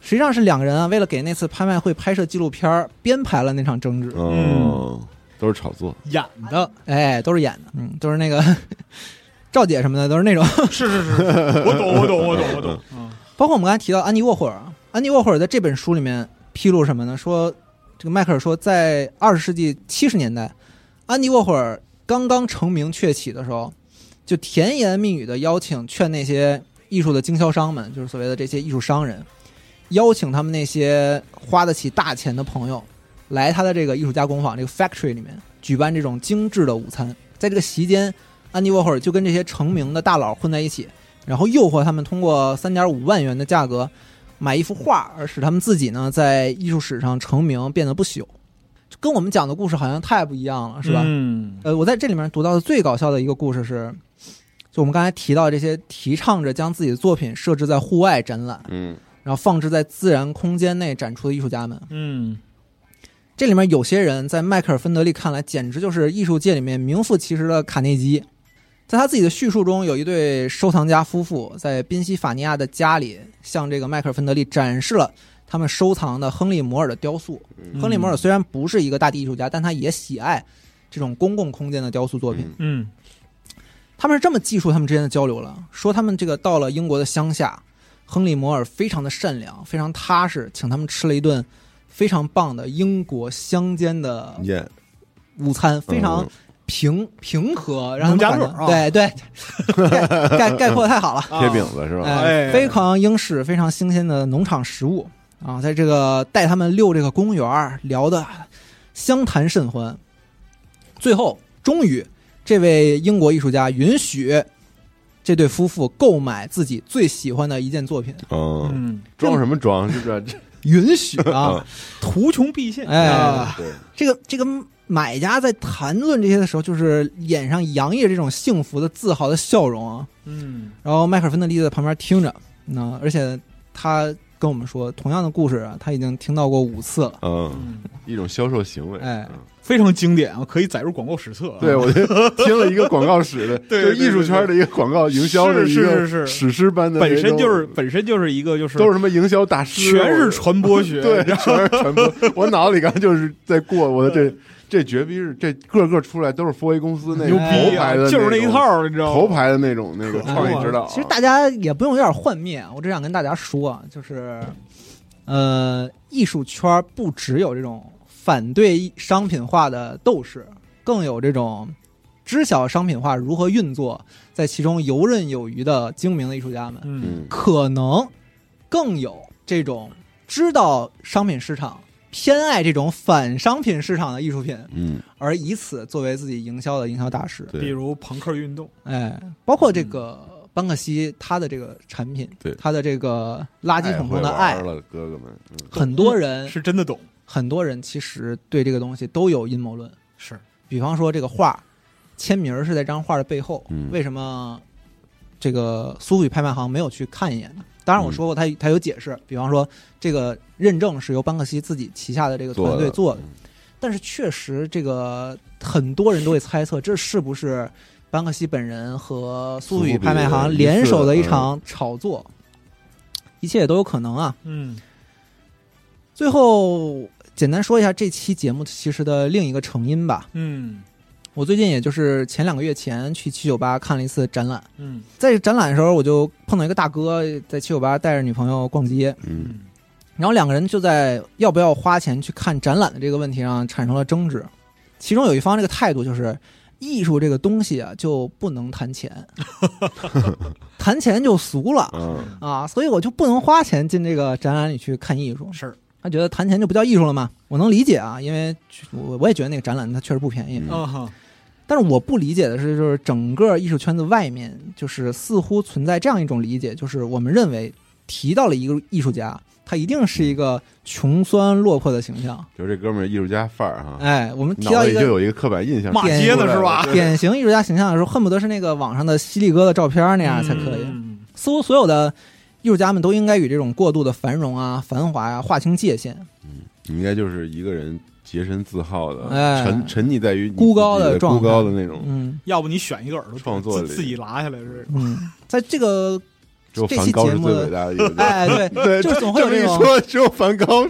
D: 实际上是两个人啊，为了给那次拍卖会拍摄纪录片儿，编排了那场争执。
B: 嗯
C: 哦，都是炒作，
B: 演的，
D: 哎，都是演的，嗯，都是那个 赵姐什么的，都是那种。
B: 是是是，我懂我懂我懂我 懂。啊
D: 包括我们刚才提到安妮沃霍尔，安妮沃霍尔在这本书里面披露什么呢？说这个迈克尔说，在二十世纪七十年代，安妮沃霍尔刚刚成名鹊起的时候，就甜言蜜语的邀请劝那些艺术的经销商们，就是所谓的这些艺术商人，邀请他们那些花得起大钱的朋友来他的这个艺术加工坊这个 factory 里面举办这种精致的午餐。在这个席间，安妮沃霍尔就跟这些成名的大佬混在一起，然后诱惑他们通过三点五万元的价格买一幅画，而使他们自己呢在艺术史上成名，变得不朽。这跟我们讲的故事好像太不一样了，是吧？
B: 嗯
D: 呃，我在这里面读到的最搞笑的一个故事是，就我们刚才提到这些提倡着将自己的作品设置在户外展览，
C: 嗯
D: 然后放置在自然空间内展出的艺术家们，
B: 嗯
D: 这里面有些人在迈克尔·芬德利看来，简直就是艺术界里面名副其实的卡内基。在他自己的叙述中，有一对收藏家夫妇在宾夕法尼亚的家里，向这个迈克尔·芬德利展示了他们收藏的亨利·摩尔的雕塑。
C: 嗯
D: 亨利·摩尔虽然不是一个大地艺术家，但他也喜爱这种公共空间的雕塑作品。
C: 嗯
B: 嗯
D: 他们是这么记述他们之间的交流了，说他们这个到了英国的乡下，亨利·摩尔非常的善良，非常踏实，请他们吃了一顿非常棒的英国乡间的
C: 耶，
D: 午餐，非常
C: 嗯
D: 平平和，让他们
B: 农家乐啊
D: 感觉对对， 概概概括得太好了，
C: 贴饼子是吧？
B: 哎
D: 哎，非常英式，非常新鲜的农场食物啊，在这个带他们遛这个公园儿，聊的相谈甚欢。最后，终于，这位英国艺术家允许这对夫妇购买自己最喜欢的一件作品，
C: 嗯，
B: 嗯，
C: 装什么装？是不是？这
D: 允许啊，
C: 嗯
B: 图穷匕见，
D: 哎
B: 啊
C: 对，
D: 这个这个买家在谈论这些的时候，就是脸上洋溢着这种幸福的、自豪的笑容啊。
B: 嗯
D: 然后迈克尔芬德利在旁边听着，那、而且他跟我们说，同样的故事啊，他已经听到过五次了。
C: 嗯，一种销售行为。
D: 哎
C: 嗯
B: 非常经典啊，可以载入广告史册啊。
C: 对，我就听了一个广告史的，
B: 对
C: 就是艺术圈的一个广告营销的一
B: 是是
C: 个
B: 是是
C: 史诗般的那
B: 本
C: 种，
B: 身就是本身就是一个就是
C: 都是什么营销大师，
B: 全是
C: 我
B: 传播学，
C: 对，
B: 然后
C: 全是传播。我脑子里刚才就是在过我的这这绝逼是这个个出来都是 f o 公司那
B: 嗯牛
C: 个
B: 逼
C: 头
B: 啊
C: 牌的，
B: 就是那
C: 那
B: 一套
C: 种
B: 儿，你知道吗？
C: 头牌的那种那
B: 可
C: 个
B: 不
C: 创
B: 嘛
C: 意指导啊。
D: 其实大家也不用有点幻灭啊，我只想跟大家说啊，就是，呃，艺术圈儿不只有这种反对商品化的斗士，更有这种知晓商品化如何运作，在其中游刃有余的精明的艺术家们，
B: 嗯，
C: 嗯，
D: 可能更有这种知道商品市场。偏爱这种反商品市场的艺术品，
C: 嗯，
D: 而以此作为自己营销的营销大师。
B: 比
C: 对，
B: 如朋克运动，
D: 哎，包括这个班克西他的这个产品，
C: 嗯对
D: 他的这个垃圾桶中的
C: 太
D: 爱
C: 会，玩了，哥哥们，嗯
D: 很多人
B: 是真的懂，
D: 很多人其实对这个东西都有阴谋论。
B: 是
D: 比方说这个画，签名是在这张画的背后，
C: 嗯
D: 为什么这个苏富比拍卖行没有去看一眼呢？当然我说过他，他有解释，比方说这个认证是由班克西自己旗下的这个团队做的，
C: 嗯
D: 但是确实，这个很多人都会猜测，这是不是班克西本人和苏富比拍卖行联手的一场炒作？一切也都有可能啊。
B: 嗯
D: 最后，简单说一下这期节目其实的另一个成因吧。
B: 嗯
D: 我最近也就是前两个月前去七九八看了一次展览，
B: 嗯
D: 在展览的时候，我就碰到一个大哥在七九八带着女朋友逛街，
C: 嗯
B: 嗯
D: 然后两个人就在要不要花钱去看展览的这个问题上产生了争执，其中有一方这个态度就是，艺术这个东西啊就不能谈钱，谈钱就俗了
C: 嗯
D: 啊，所以我就不能花钱进这个展览里去看艺术。
B: 是
D: 他觉得谈钱就不叫艺术了嘛，我能理解啊，因为我我也觉得那个展览它确实不便宜，
C: 嗯
B: 啊哈，
D: 但是我不理解的是，就是整个艺术圈子外面，就是似乎存在这样一种理解，就是我们认为提到了一个艺术家，他一定是一个穷酸落魄的形象。
C: 就这哥们儿艺术家范儿哈，
D: 哎，我们提
C: 脑
D: 到
C: 子
D: 一
C: 里就
D: 个
C: 有一个刻板印象，
B: 骂街的是吧？
D: 典型艺术家形象的时候，恨不得是那个网上的犀利哥的照片那样啊才可以。
B: 嗯
D: 似乎所有的艺术家们都应该与这种过度的繁荣啊、繁华呀、划清界限。
C: 你应该就是一个人洁身自好的，
D: 哎
C: 沉沉溺在于你
D: 孤高
C: 自己
D: 的
C: 的
D: 状
C: 孤高
D: 态
C: 的那种，
D: 嗯
B: 要不你选一个耳朵
C: 创作
B: 自
C: 力
B: 自己拿下来是
D: 嗯，在这个
C: 只有
D: 这
C: 梵
D: 期
C: 高
D: 节
C: 是
D: 目
C: 最
D: 的
C: 伟大的艺术家。
D: 哎，对，
C: 对，
D: 就是总会有
C: 这
D: 这
C: 么一
D: 种
C: 说，只有梵高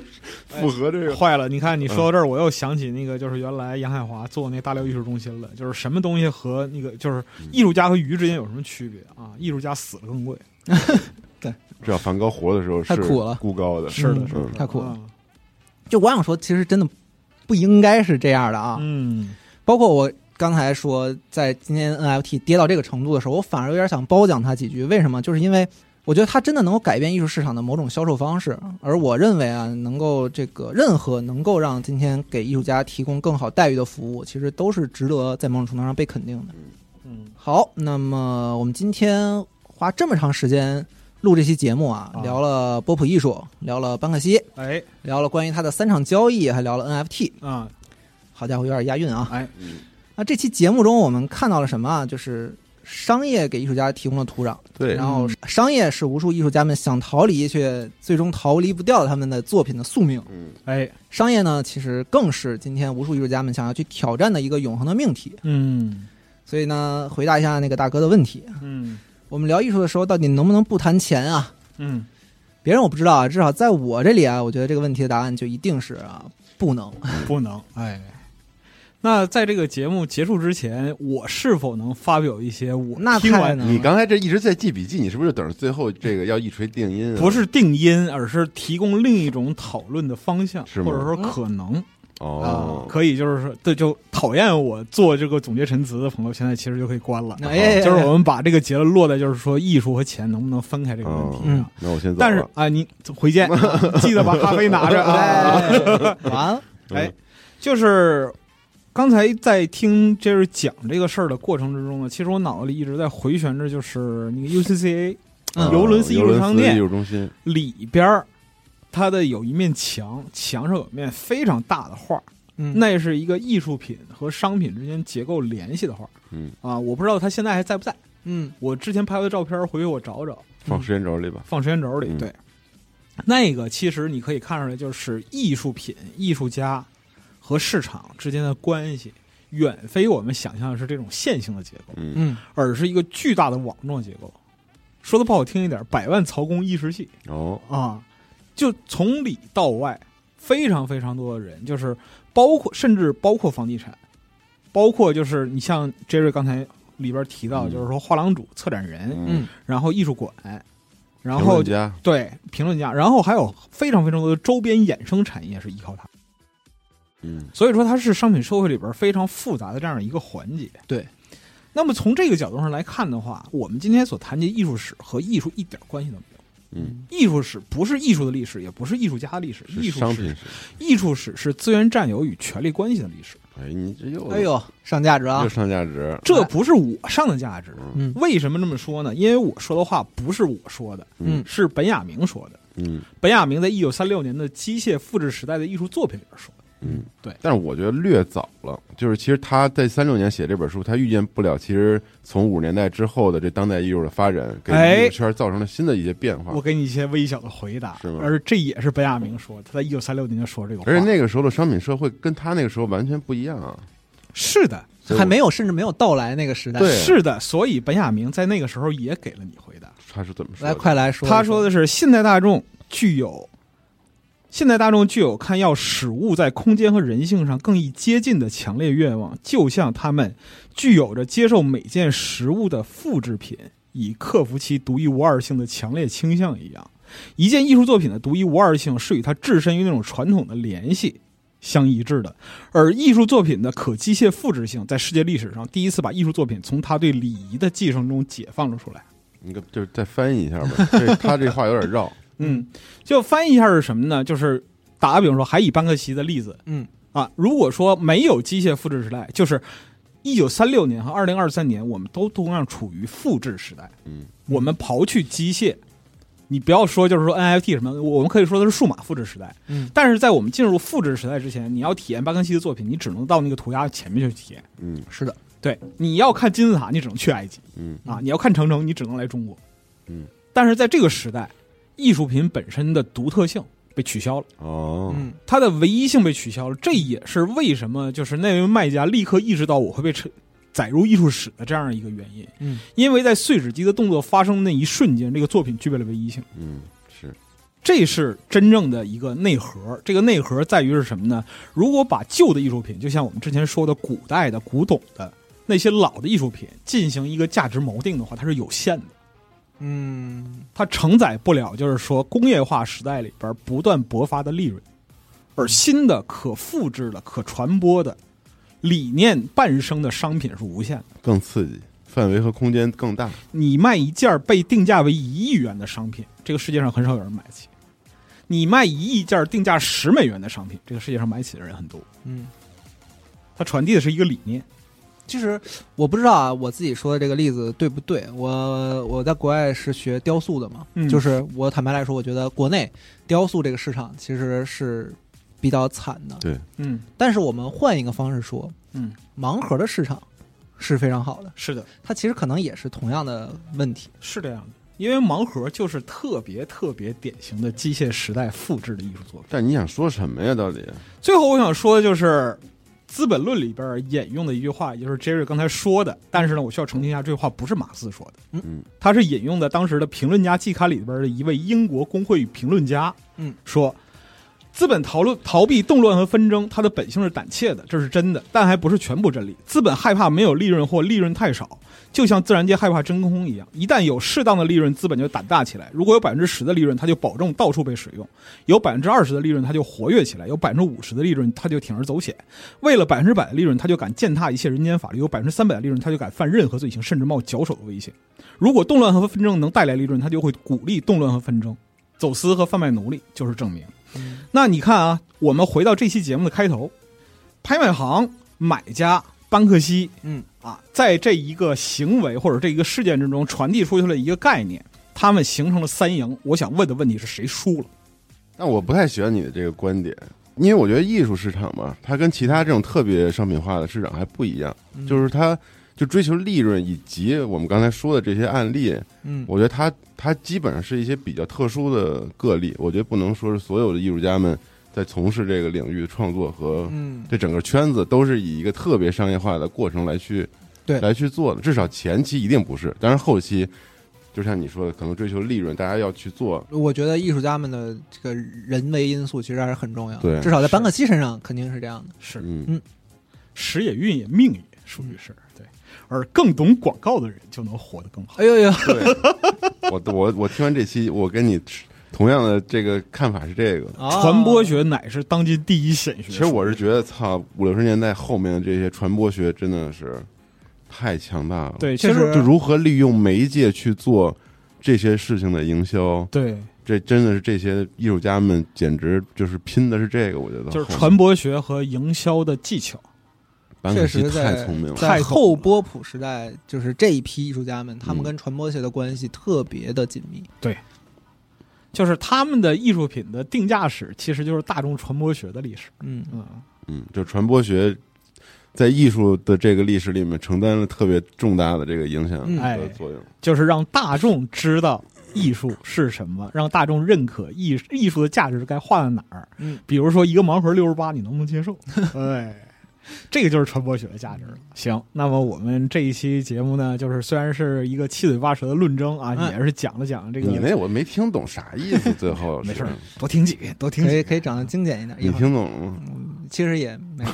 C: 符合这个。
B: 坏了，你看你说到这儿，我又想起那个，就是原来杨海华做那大辽艺术中心了，就是什么东西和那个就是艺术家和鱼之间有什么区别啊？艺术家死了更贵，
C: 至少梵高活的时候是
D: 太苦了
C: 孤高的，
B: 是的，
D: 嗯
B: 是的，
D: 太酷了
B: 啊
D: 就我想说，其实真的不应该是这样的啊。
B: 嗯
D: 包括我刚才说，在今天 NFT 跌到这个程度的时候，我反而有点想褒奖他几句。为什么？就是因为我觉得他真的能够改变艺术市场的某种销售方式，而我认为啊，能够这个任何能够让今天给艺术家提供更好待遇的服务，其实都是值得在某种程度上被肯定的。
B: 嗯，
D: 好，那么我们今天花这么长时间录这期节目啊
B: 啊，
D: 聊了波普艺术，聊了班克西，
B: 哎
D: 聊了关于他的三场交易，还聊了 NFT。
B: 啊
D: 好家伙，有点押韵啊！
B: 哎
C: 嗯
D: 那这期节目中我们看到了什么啊？就是商业给艺术家提供了土壤，
C: 对
D: 然后商业是无数艺术家们想逃离却最终逃离不掉他们的作品的宿命。
C: 嗯，
B: 哎
D: 商业呢，其实更是今天无数艺术家们想要去挑战的一个永恒的命题。
B: 嗯
D: 所以呢，回答一下那个大哥的问题，
B: 嗯
D: 我们聊艺术的时候到底能不能不谈钱啊？
B: 嗯，
D: 别人我不知道啊，至少在我这里啊，我觉得这个问题的答案就一定是啊，不能。
B: 不能哎。那在这个节目结束之前，我是否能发表一些我
D: 那
B: 听
D: 太
B: 完
D: 能
C: 你
D: 了。
C: 刚才这一直在记笔记，你是不是就等着最后这个要一锤定音啊？
B: 不是定音，而是提供另一种讨论的方向，
C: 是
B: 或
C: 吗
B: 者说可能。啊
C: 哦，，
B: 可以，就是说，对，就讨厌我做这个总结陈词的朋友，现在其实 就可以关了。
D: 哎，
B: 就是我们把这个结论落在，就是说艺术和钱能不能分开这个问题上。
D: 嗯
C: 那我先走了。
B: 但是啊，你回见，记得把咖啡拿着 啊。
D: 哎， 完了，
C: 嗯
B: 哎，就是刚才在听就是讲这个事儿的过程之中呢，其实我脑子里一直在回旋着，就是那个 UCCA
C: 嗯
B: 游轮丝艺术
C: 游轮丝
B: 商店嗯
C: 艺术中心，
B: 里边儿，它的有一面墙，墙上有一面非常大的画，
D: 嗯，
B: 那是一个艺术品和商品之间结构联系的画
C: 嗯，
B: 啊。我不知道它现在还在不在，
D: 嗯
B: 我之前拍过的照片，回去我找找，
C: 放时间轴里吧。
B: 放时间轴里。
C: 嗯
B: 对，那个其实你可以看出来，就是艺术品、艺术家和市场之间的关系，远非我们想象的是这种线性的结构，
C: 嗯，
D: 嗯，
B: 而是一个巨大的网状结构。说的不好听一点，百万曹公一时系
C: 哦，
B: 啊，就从里到外，非常非常多的人，就是包括甚至包括房地产，包括就是你像 Jerry 刚才里边提到，
C: 嗯
B: 就是说画廊主、策展人，
D: 嗯，
B: 然后艺术馆，然
C: 评
B: 后
C: 论家，
B: 对，评论家，然后还有非常非常多的周边衍生产业是依靠它，
C: 嗯
B: 所以说它是商品社会里边非常复杂的这样一个环节。
D: 对，
B: 那么从这个角度上来看的话，我们今天所谈及艺术史和艺术一点关系都没有。
C: 嗯，
B: 艺术史不是艺术的历史，也不是艺术家的历史，
C: 是
B: 嗯艺术
C: 商
B: 史
C: 品，史。
B: 艺术史是资源占有与权力关系的历史。
C: 哎，你这又
D: 哎呦，上价值啊
C: 又，上价值，
B: 这不是我上的价值。
C: 嗯
D: 嗯
B: 为什么这么说呢？因为我说的话不是我说的，
D: 嗯
B: 是本雅明说的。
C: 嗯
B: 本雅明在一九三六年的机械复制时代的艺术作品里边说的。
C: 嗯，
B: 对
C: 但是我觉得略早了，就是其实他在三六年写这本书，他预见不了，其实从五十年代之后的这当代艺术的发展，给
B: 哎
C: 艺术圈造成了新的一些变化
B: 我。给你一些微小的回答，
C: 是吗
B: 而这也是本雅明说，他在一九三六年就说这个话。
C: 而且那个时候的商品社会跟他那个时候完全不一样啊！
B: 是的，
C: 所以我
D: 还没有，甚至没有到来那个时代。
C: 对啊
B: 是的，所以本雅明在那个时候也给了你回答。
C: 他是怎么说
D: 来，
C: 的？
D: 快来说一，
B: 他说的是现代大众具有。现代大众具有看要使物在空间和人性上更易接近的强烈愿望，就像他们具有着接受每件食物的复制品以克服其独一无二性的强烈倾向一样。一件艺术作品的独一无二性是与它置身于那种传统的联系相一致的，而艺术作品的可机械复制性在世界历史上第一次把艺术作品从它对礼仪的继承中解放了出来。
C: 你给就是再翻译一下 吧。这他这话有点绕，
B: 嗯，就翻译一下是什么呢？就是打个比方说，还以班克奇的例子，
D: 嗯
B: 啊，如果说没有机械复制时代，就是一九三六年和二零二三年，我们都同样处于复制时代。
C: 嗯，
B: 我们刨去机械，你不要说就是说 NFT 什么，我们可以说它是数码复制时代。
D: 嗯，
B: 但是在我们进入复制时代之前，你要体验班克西的作品，你只能到那个涂鸦前面去体验。
C: 嗯
D: 是的，
B: 对，你要看金字塔，你只能去埃及。
C: 嗯
B: 啊，你要看长城，你只能来中国。
C: 嗯，
B: 但是在这个时代，艺术品本身的独特性被取消了，
C: 哦，
D: 嗯
B: 它的唯一性被取消了。这也是为什么就是那位卖家立刻意识到我会被扯载入艺术史的这样一个原因，
D: 嗯，
B: 因为在碎纸机的动作发生的那一瞬间，这个作品具备了唯一性。
C: 嗯是
B: 这是真正的一个内核，这个内核在于是什么呢？如果把旧的艺术品，就像我们之前说的古代的古董的那些老的艺术品进行一个价值锚定的话，它是有限的。
D: 嗯，
B: 它承载不了，就是说工业化时代里边不断勃发的利润，而新的可复制的、可传播的、理念伴生的商品是无限的。
C: 更刺激，范围和空间更大。
B: 你卖一件被定价为一亿元的商品，这个世界上很少有人买得起；你卖一亿件定价十美元的商品，这个世界上买起的人很多。
D: 嗯，
B: 它传递的是一个理念，
D: 其实我不知道啊，我自己说的这个例子对不对？我我在国外是学雕塑的嘛，
B: 嗯
D: 就是我坦白来说，我觉得国内雕塑这个市场其实是比较惨的。
C: 对，
B: 嗯
D: 但是我们换一个方式说，
B: 嗯，
D: 盲盒的市场是非常好的，
B: 是的，
D: 它其实可能也是同样的问题。
B: 是这样的。因为盲盒就是特别特别典型的机械时代复制的艺术作品。
C: 但你想说什么呀？到底？
B: 最后我想说的就是，《资本论》里边引用的一句话，也就是 Jerry 刚才说的。但是呢，我需要澄清一下，这句话不是马克思说的，
C: 嗯，
B: 他是引用的当时的评论家季卡里边的一位英国工会与评论家，
D: 嗯，
B: 说。资本逃论逃避动乱和纷争，它的本性是胆怯的，这是真的，但还不是全部真理。资本害怕没有利润或利润太少，就像自然界害怕真空一样。一旦有适当的利润，资本就胆大起来。如果有百分之十的利润，它就保证到处被使用。有百分之二十的利润，它就活跃起来；有百分之五十的利润，它就铤而走险。为了百分之百的利润，它就敢践踏一切人间法律；有百分之三百的利润，它就敢犯任何罪行，甚至冒绞首的危险。如果动乱和纷争能带来利润，它就会鼓励动乱和纷争。走私和贩卖奴隶就是证明。
D: 嗯
B: 那你看啊，我们回到这期节目的开头，拍卖行买家班克西
D: 嗯
B: 啊，在这一个行为或者这一个事件之中传递出去了一个概念，他们形成了三赢。我想问的问题是谁输了？
C: 但我不太喜欢你的这个观点，因为
D: 嗯
C: 我觉得艺术市场嘛，它跟其他这种特别商品化的市场还不一样，就是它就追求利润以及我们刚才说的这些案例，
D: 嗯
C: 我觉得它它基本上是一些比较特殊的个例，我觉得不能说是所有的艺术家们在从事这个领域创作和
D: 嗯，
C: 这整个圈子都是以一个特别商业化的过程来去
D: 对
C: 来去做的，至少前期一定不是，当然后期就像你说的，可能追求利润，大家要去做，
D: 我觉得艺术家们的这个人为因素其实还是很重要的，
C: 对
D: 至少在
B: 是
D: 班克西身上肯定是这样的。
B: 是
C: 嗯，
B: 时也运也命也，属于是对。而更懂广告的人就能活得更好。
D: 哎呦呦，
C: 对， 我我我听完这期，我跟你同样的这个看法是这个。
D: 啊
B: 传播学乃是当今第一显学。
C: 其实我是觉得，操，五六十年代后面的这些传播学真的是太强大了。，
B: 对，
D: 确
B: 其实
C: 就
D: 实
C: 如何利用媒介去做这些事情的营销，
B: 对，
C: 这真的是这些艺术家们简直就是拼的是这个。我觉得
B: 就是
C: 后面
B: 传播学和营销的技巧。
C: 班
D: 确
C: 克西
D: 实在
C: 太聪明了。
B: 太
D: 在
B: 懂
D: 后
B: 了
D: 波普时代，就是这一批艺术家们，他们
C: 嗯
D: 跟传播学的关系特别的紧密。
B: 就是他们的艺术品的定价史，其实就是大众传播学的历史。
D: 嗯，
B: 嗯，
C: 嗯，就传播学在艺术的这个历史里面承担了特别重大的这个影响
D: 嗯
B: 哎
C: 和作用。
B: 就是让大众知道艺术是什么，让大众认可艺艺术的价值该画在哪儿。
D: 嗯，
B: 比如说一个盲盒六十八，你能不能接 受？对，这个就是传播学的价值了。行，那么我们这一期节目呢，就是虽然是一个七嘴八舌的论争啊，
D: 嗯
B: 也是讲了讲这个。
C: 你那我没听懂啥意思，最后
B: 没事
C: 是
B: 儿，多听几遍，多听几
D: 可
B: 遍
D: 以可以长得精简一点。一
C: 你
D: 会儿
C: 听懂了
B: 嗯
C: 吗？
D: 其实也没有，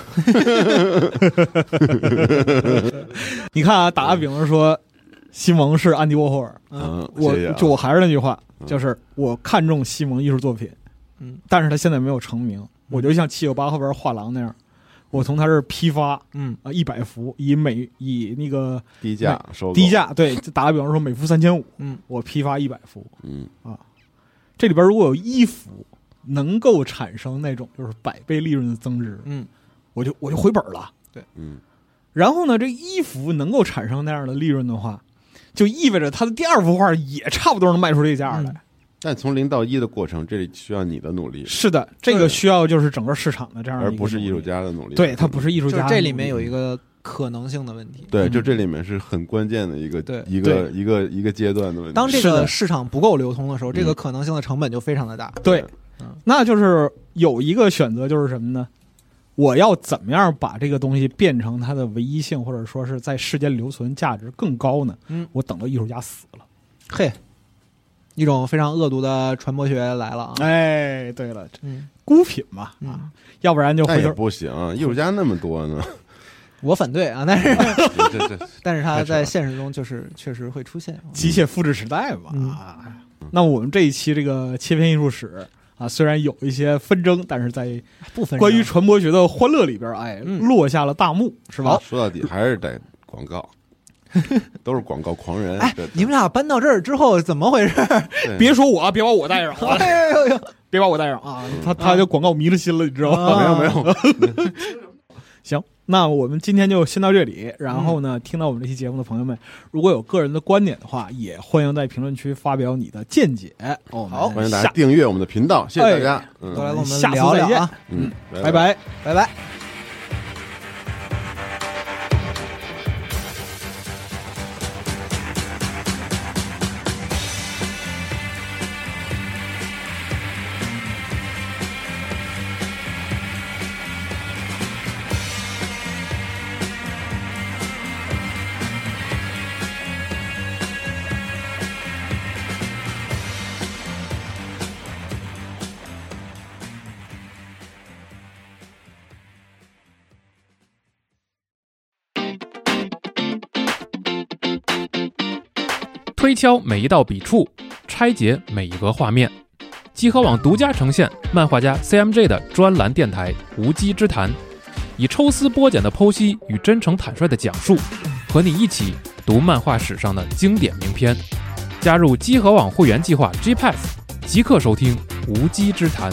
B: 你看啊，打个比方说，西蒙是安迪沃霍尔，
D: 嗯
C: 嗯，
B: 我
C: 谢谢啊
B: 就我还是那句话，
C: 嗯
B: 就是我看中西蒙艺术作品，
D: 嗯
B: 但是他现在没有成名，我就像七九八后边画廊那样，我从他这儿批发
D: 嗯
B: 啊一百幅，以每以那个
C: 低价收购
B: 低，价对，就打个比方说每幅三千五，
D: 嗯，
B: 我批发一百幅，啊
C: 嗯，
B: 这里边如果有一幅能够产生那种就是百倍利润的增值，
D: 嗯，
B: 我就我就回本了。
C: 嗯，
B: 然后呢，这一幅能够产生那样的利润的话，就意味着他的第二幅画也差不多能卖出这价来。
D: 嗯
C: 但从零到一的过程，这里需要你的努力，
B: 是的，这个
C: 对
B: 需要就是整个市场的这样的一
C: 而
B: 个
C: 不是
B: 努
C: 艺
B: 力
C: 术。家的努力。
B: 对他不是艺术
D: 就
B: 家
D: 是
B: 的努力，
D: 这里面有一个可能性的问题。
C: 对，
B: 嗯
C: 就这里面是很关键的一个
D: 对
C: 一个一个一个阶段的问题。
D: 当这
B: 是
D: 个
B: 的
D: 市场不够流通的时候，这个
C: 嗯
D: 可能性的成本就非常的大。
B: 对
D: 嗯，
B: 那就是有一个选择就是什么呢？我要怎么样把这个东西变成它的唯一性，或者说是在世间留存价值更高呢？
D: 嗯
B: 我等到艺术家死了。
D: 嘿，一种非常恶毒的传播学来了啊！
B: 哎，对了，
D: 嗯
B: 孤品嘛，啊，
D: 嗯，
B: 要不然就
C: 但
B: 回
C: 也
B: 头
C: 不行，艺术家那么多呢，
D: 我反对啊，但是
C: 这这这
D: 但是
C: 嗯
D: 它
C: 太扯
D: 在
C: 了
D: 现实中就是确实会出现。啊
B: 机械复制时代吧。
D: 嗯
B: 啊，那我们这一期这个切片艺术史啊，虽然有一些纷争，但是在
D: 部分人
B: 关于传播学的欢乐里边，哎，
D: 嗯
B: 落下了大幕， 是吧？
C: 说到底还是得广告， 都是广告狂人。
D: 哎
C: 这，
D: 你们俩搬到这儿之后怎么回事？
C: 对
B: 别说我啊，别把我带上啊，
D: 哎呦呦，
B: 别把我带上啊！他
D: 啊
B: 他就广告迷了心了，你知道吗？
D: 啊
C: 没有
B: 嗯
C: 没有，
B: 行，那我们今天就先到这里。然后呢，听到我们这期节目的朋友们，如果有个人的观点的话，也欢迎在评论区发表你的见解。我们
D: 好
C: 欢迎大家
B: 下，
C: 订阅我们的频道，谢谢大家。嗯
D: 过来跟我们
B: 下次
D: 聊
B: 再
D: 聊
B: 见
D: 啊！
C: 嗯，
B: 哎拜拜。
D: 拜拜。
E: 推敲每一道笔触，拆解每一格画面。集合网独家呈现漫画家 CMJ 的专栏电台《无稽之谈》，以抽丝剥茧的剖析与真诚坦率的讲述，和你一起读漫画史上的经典名篇。加入集合网会员计划 G Pass，即刻收听《无稽之谈》。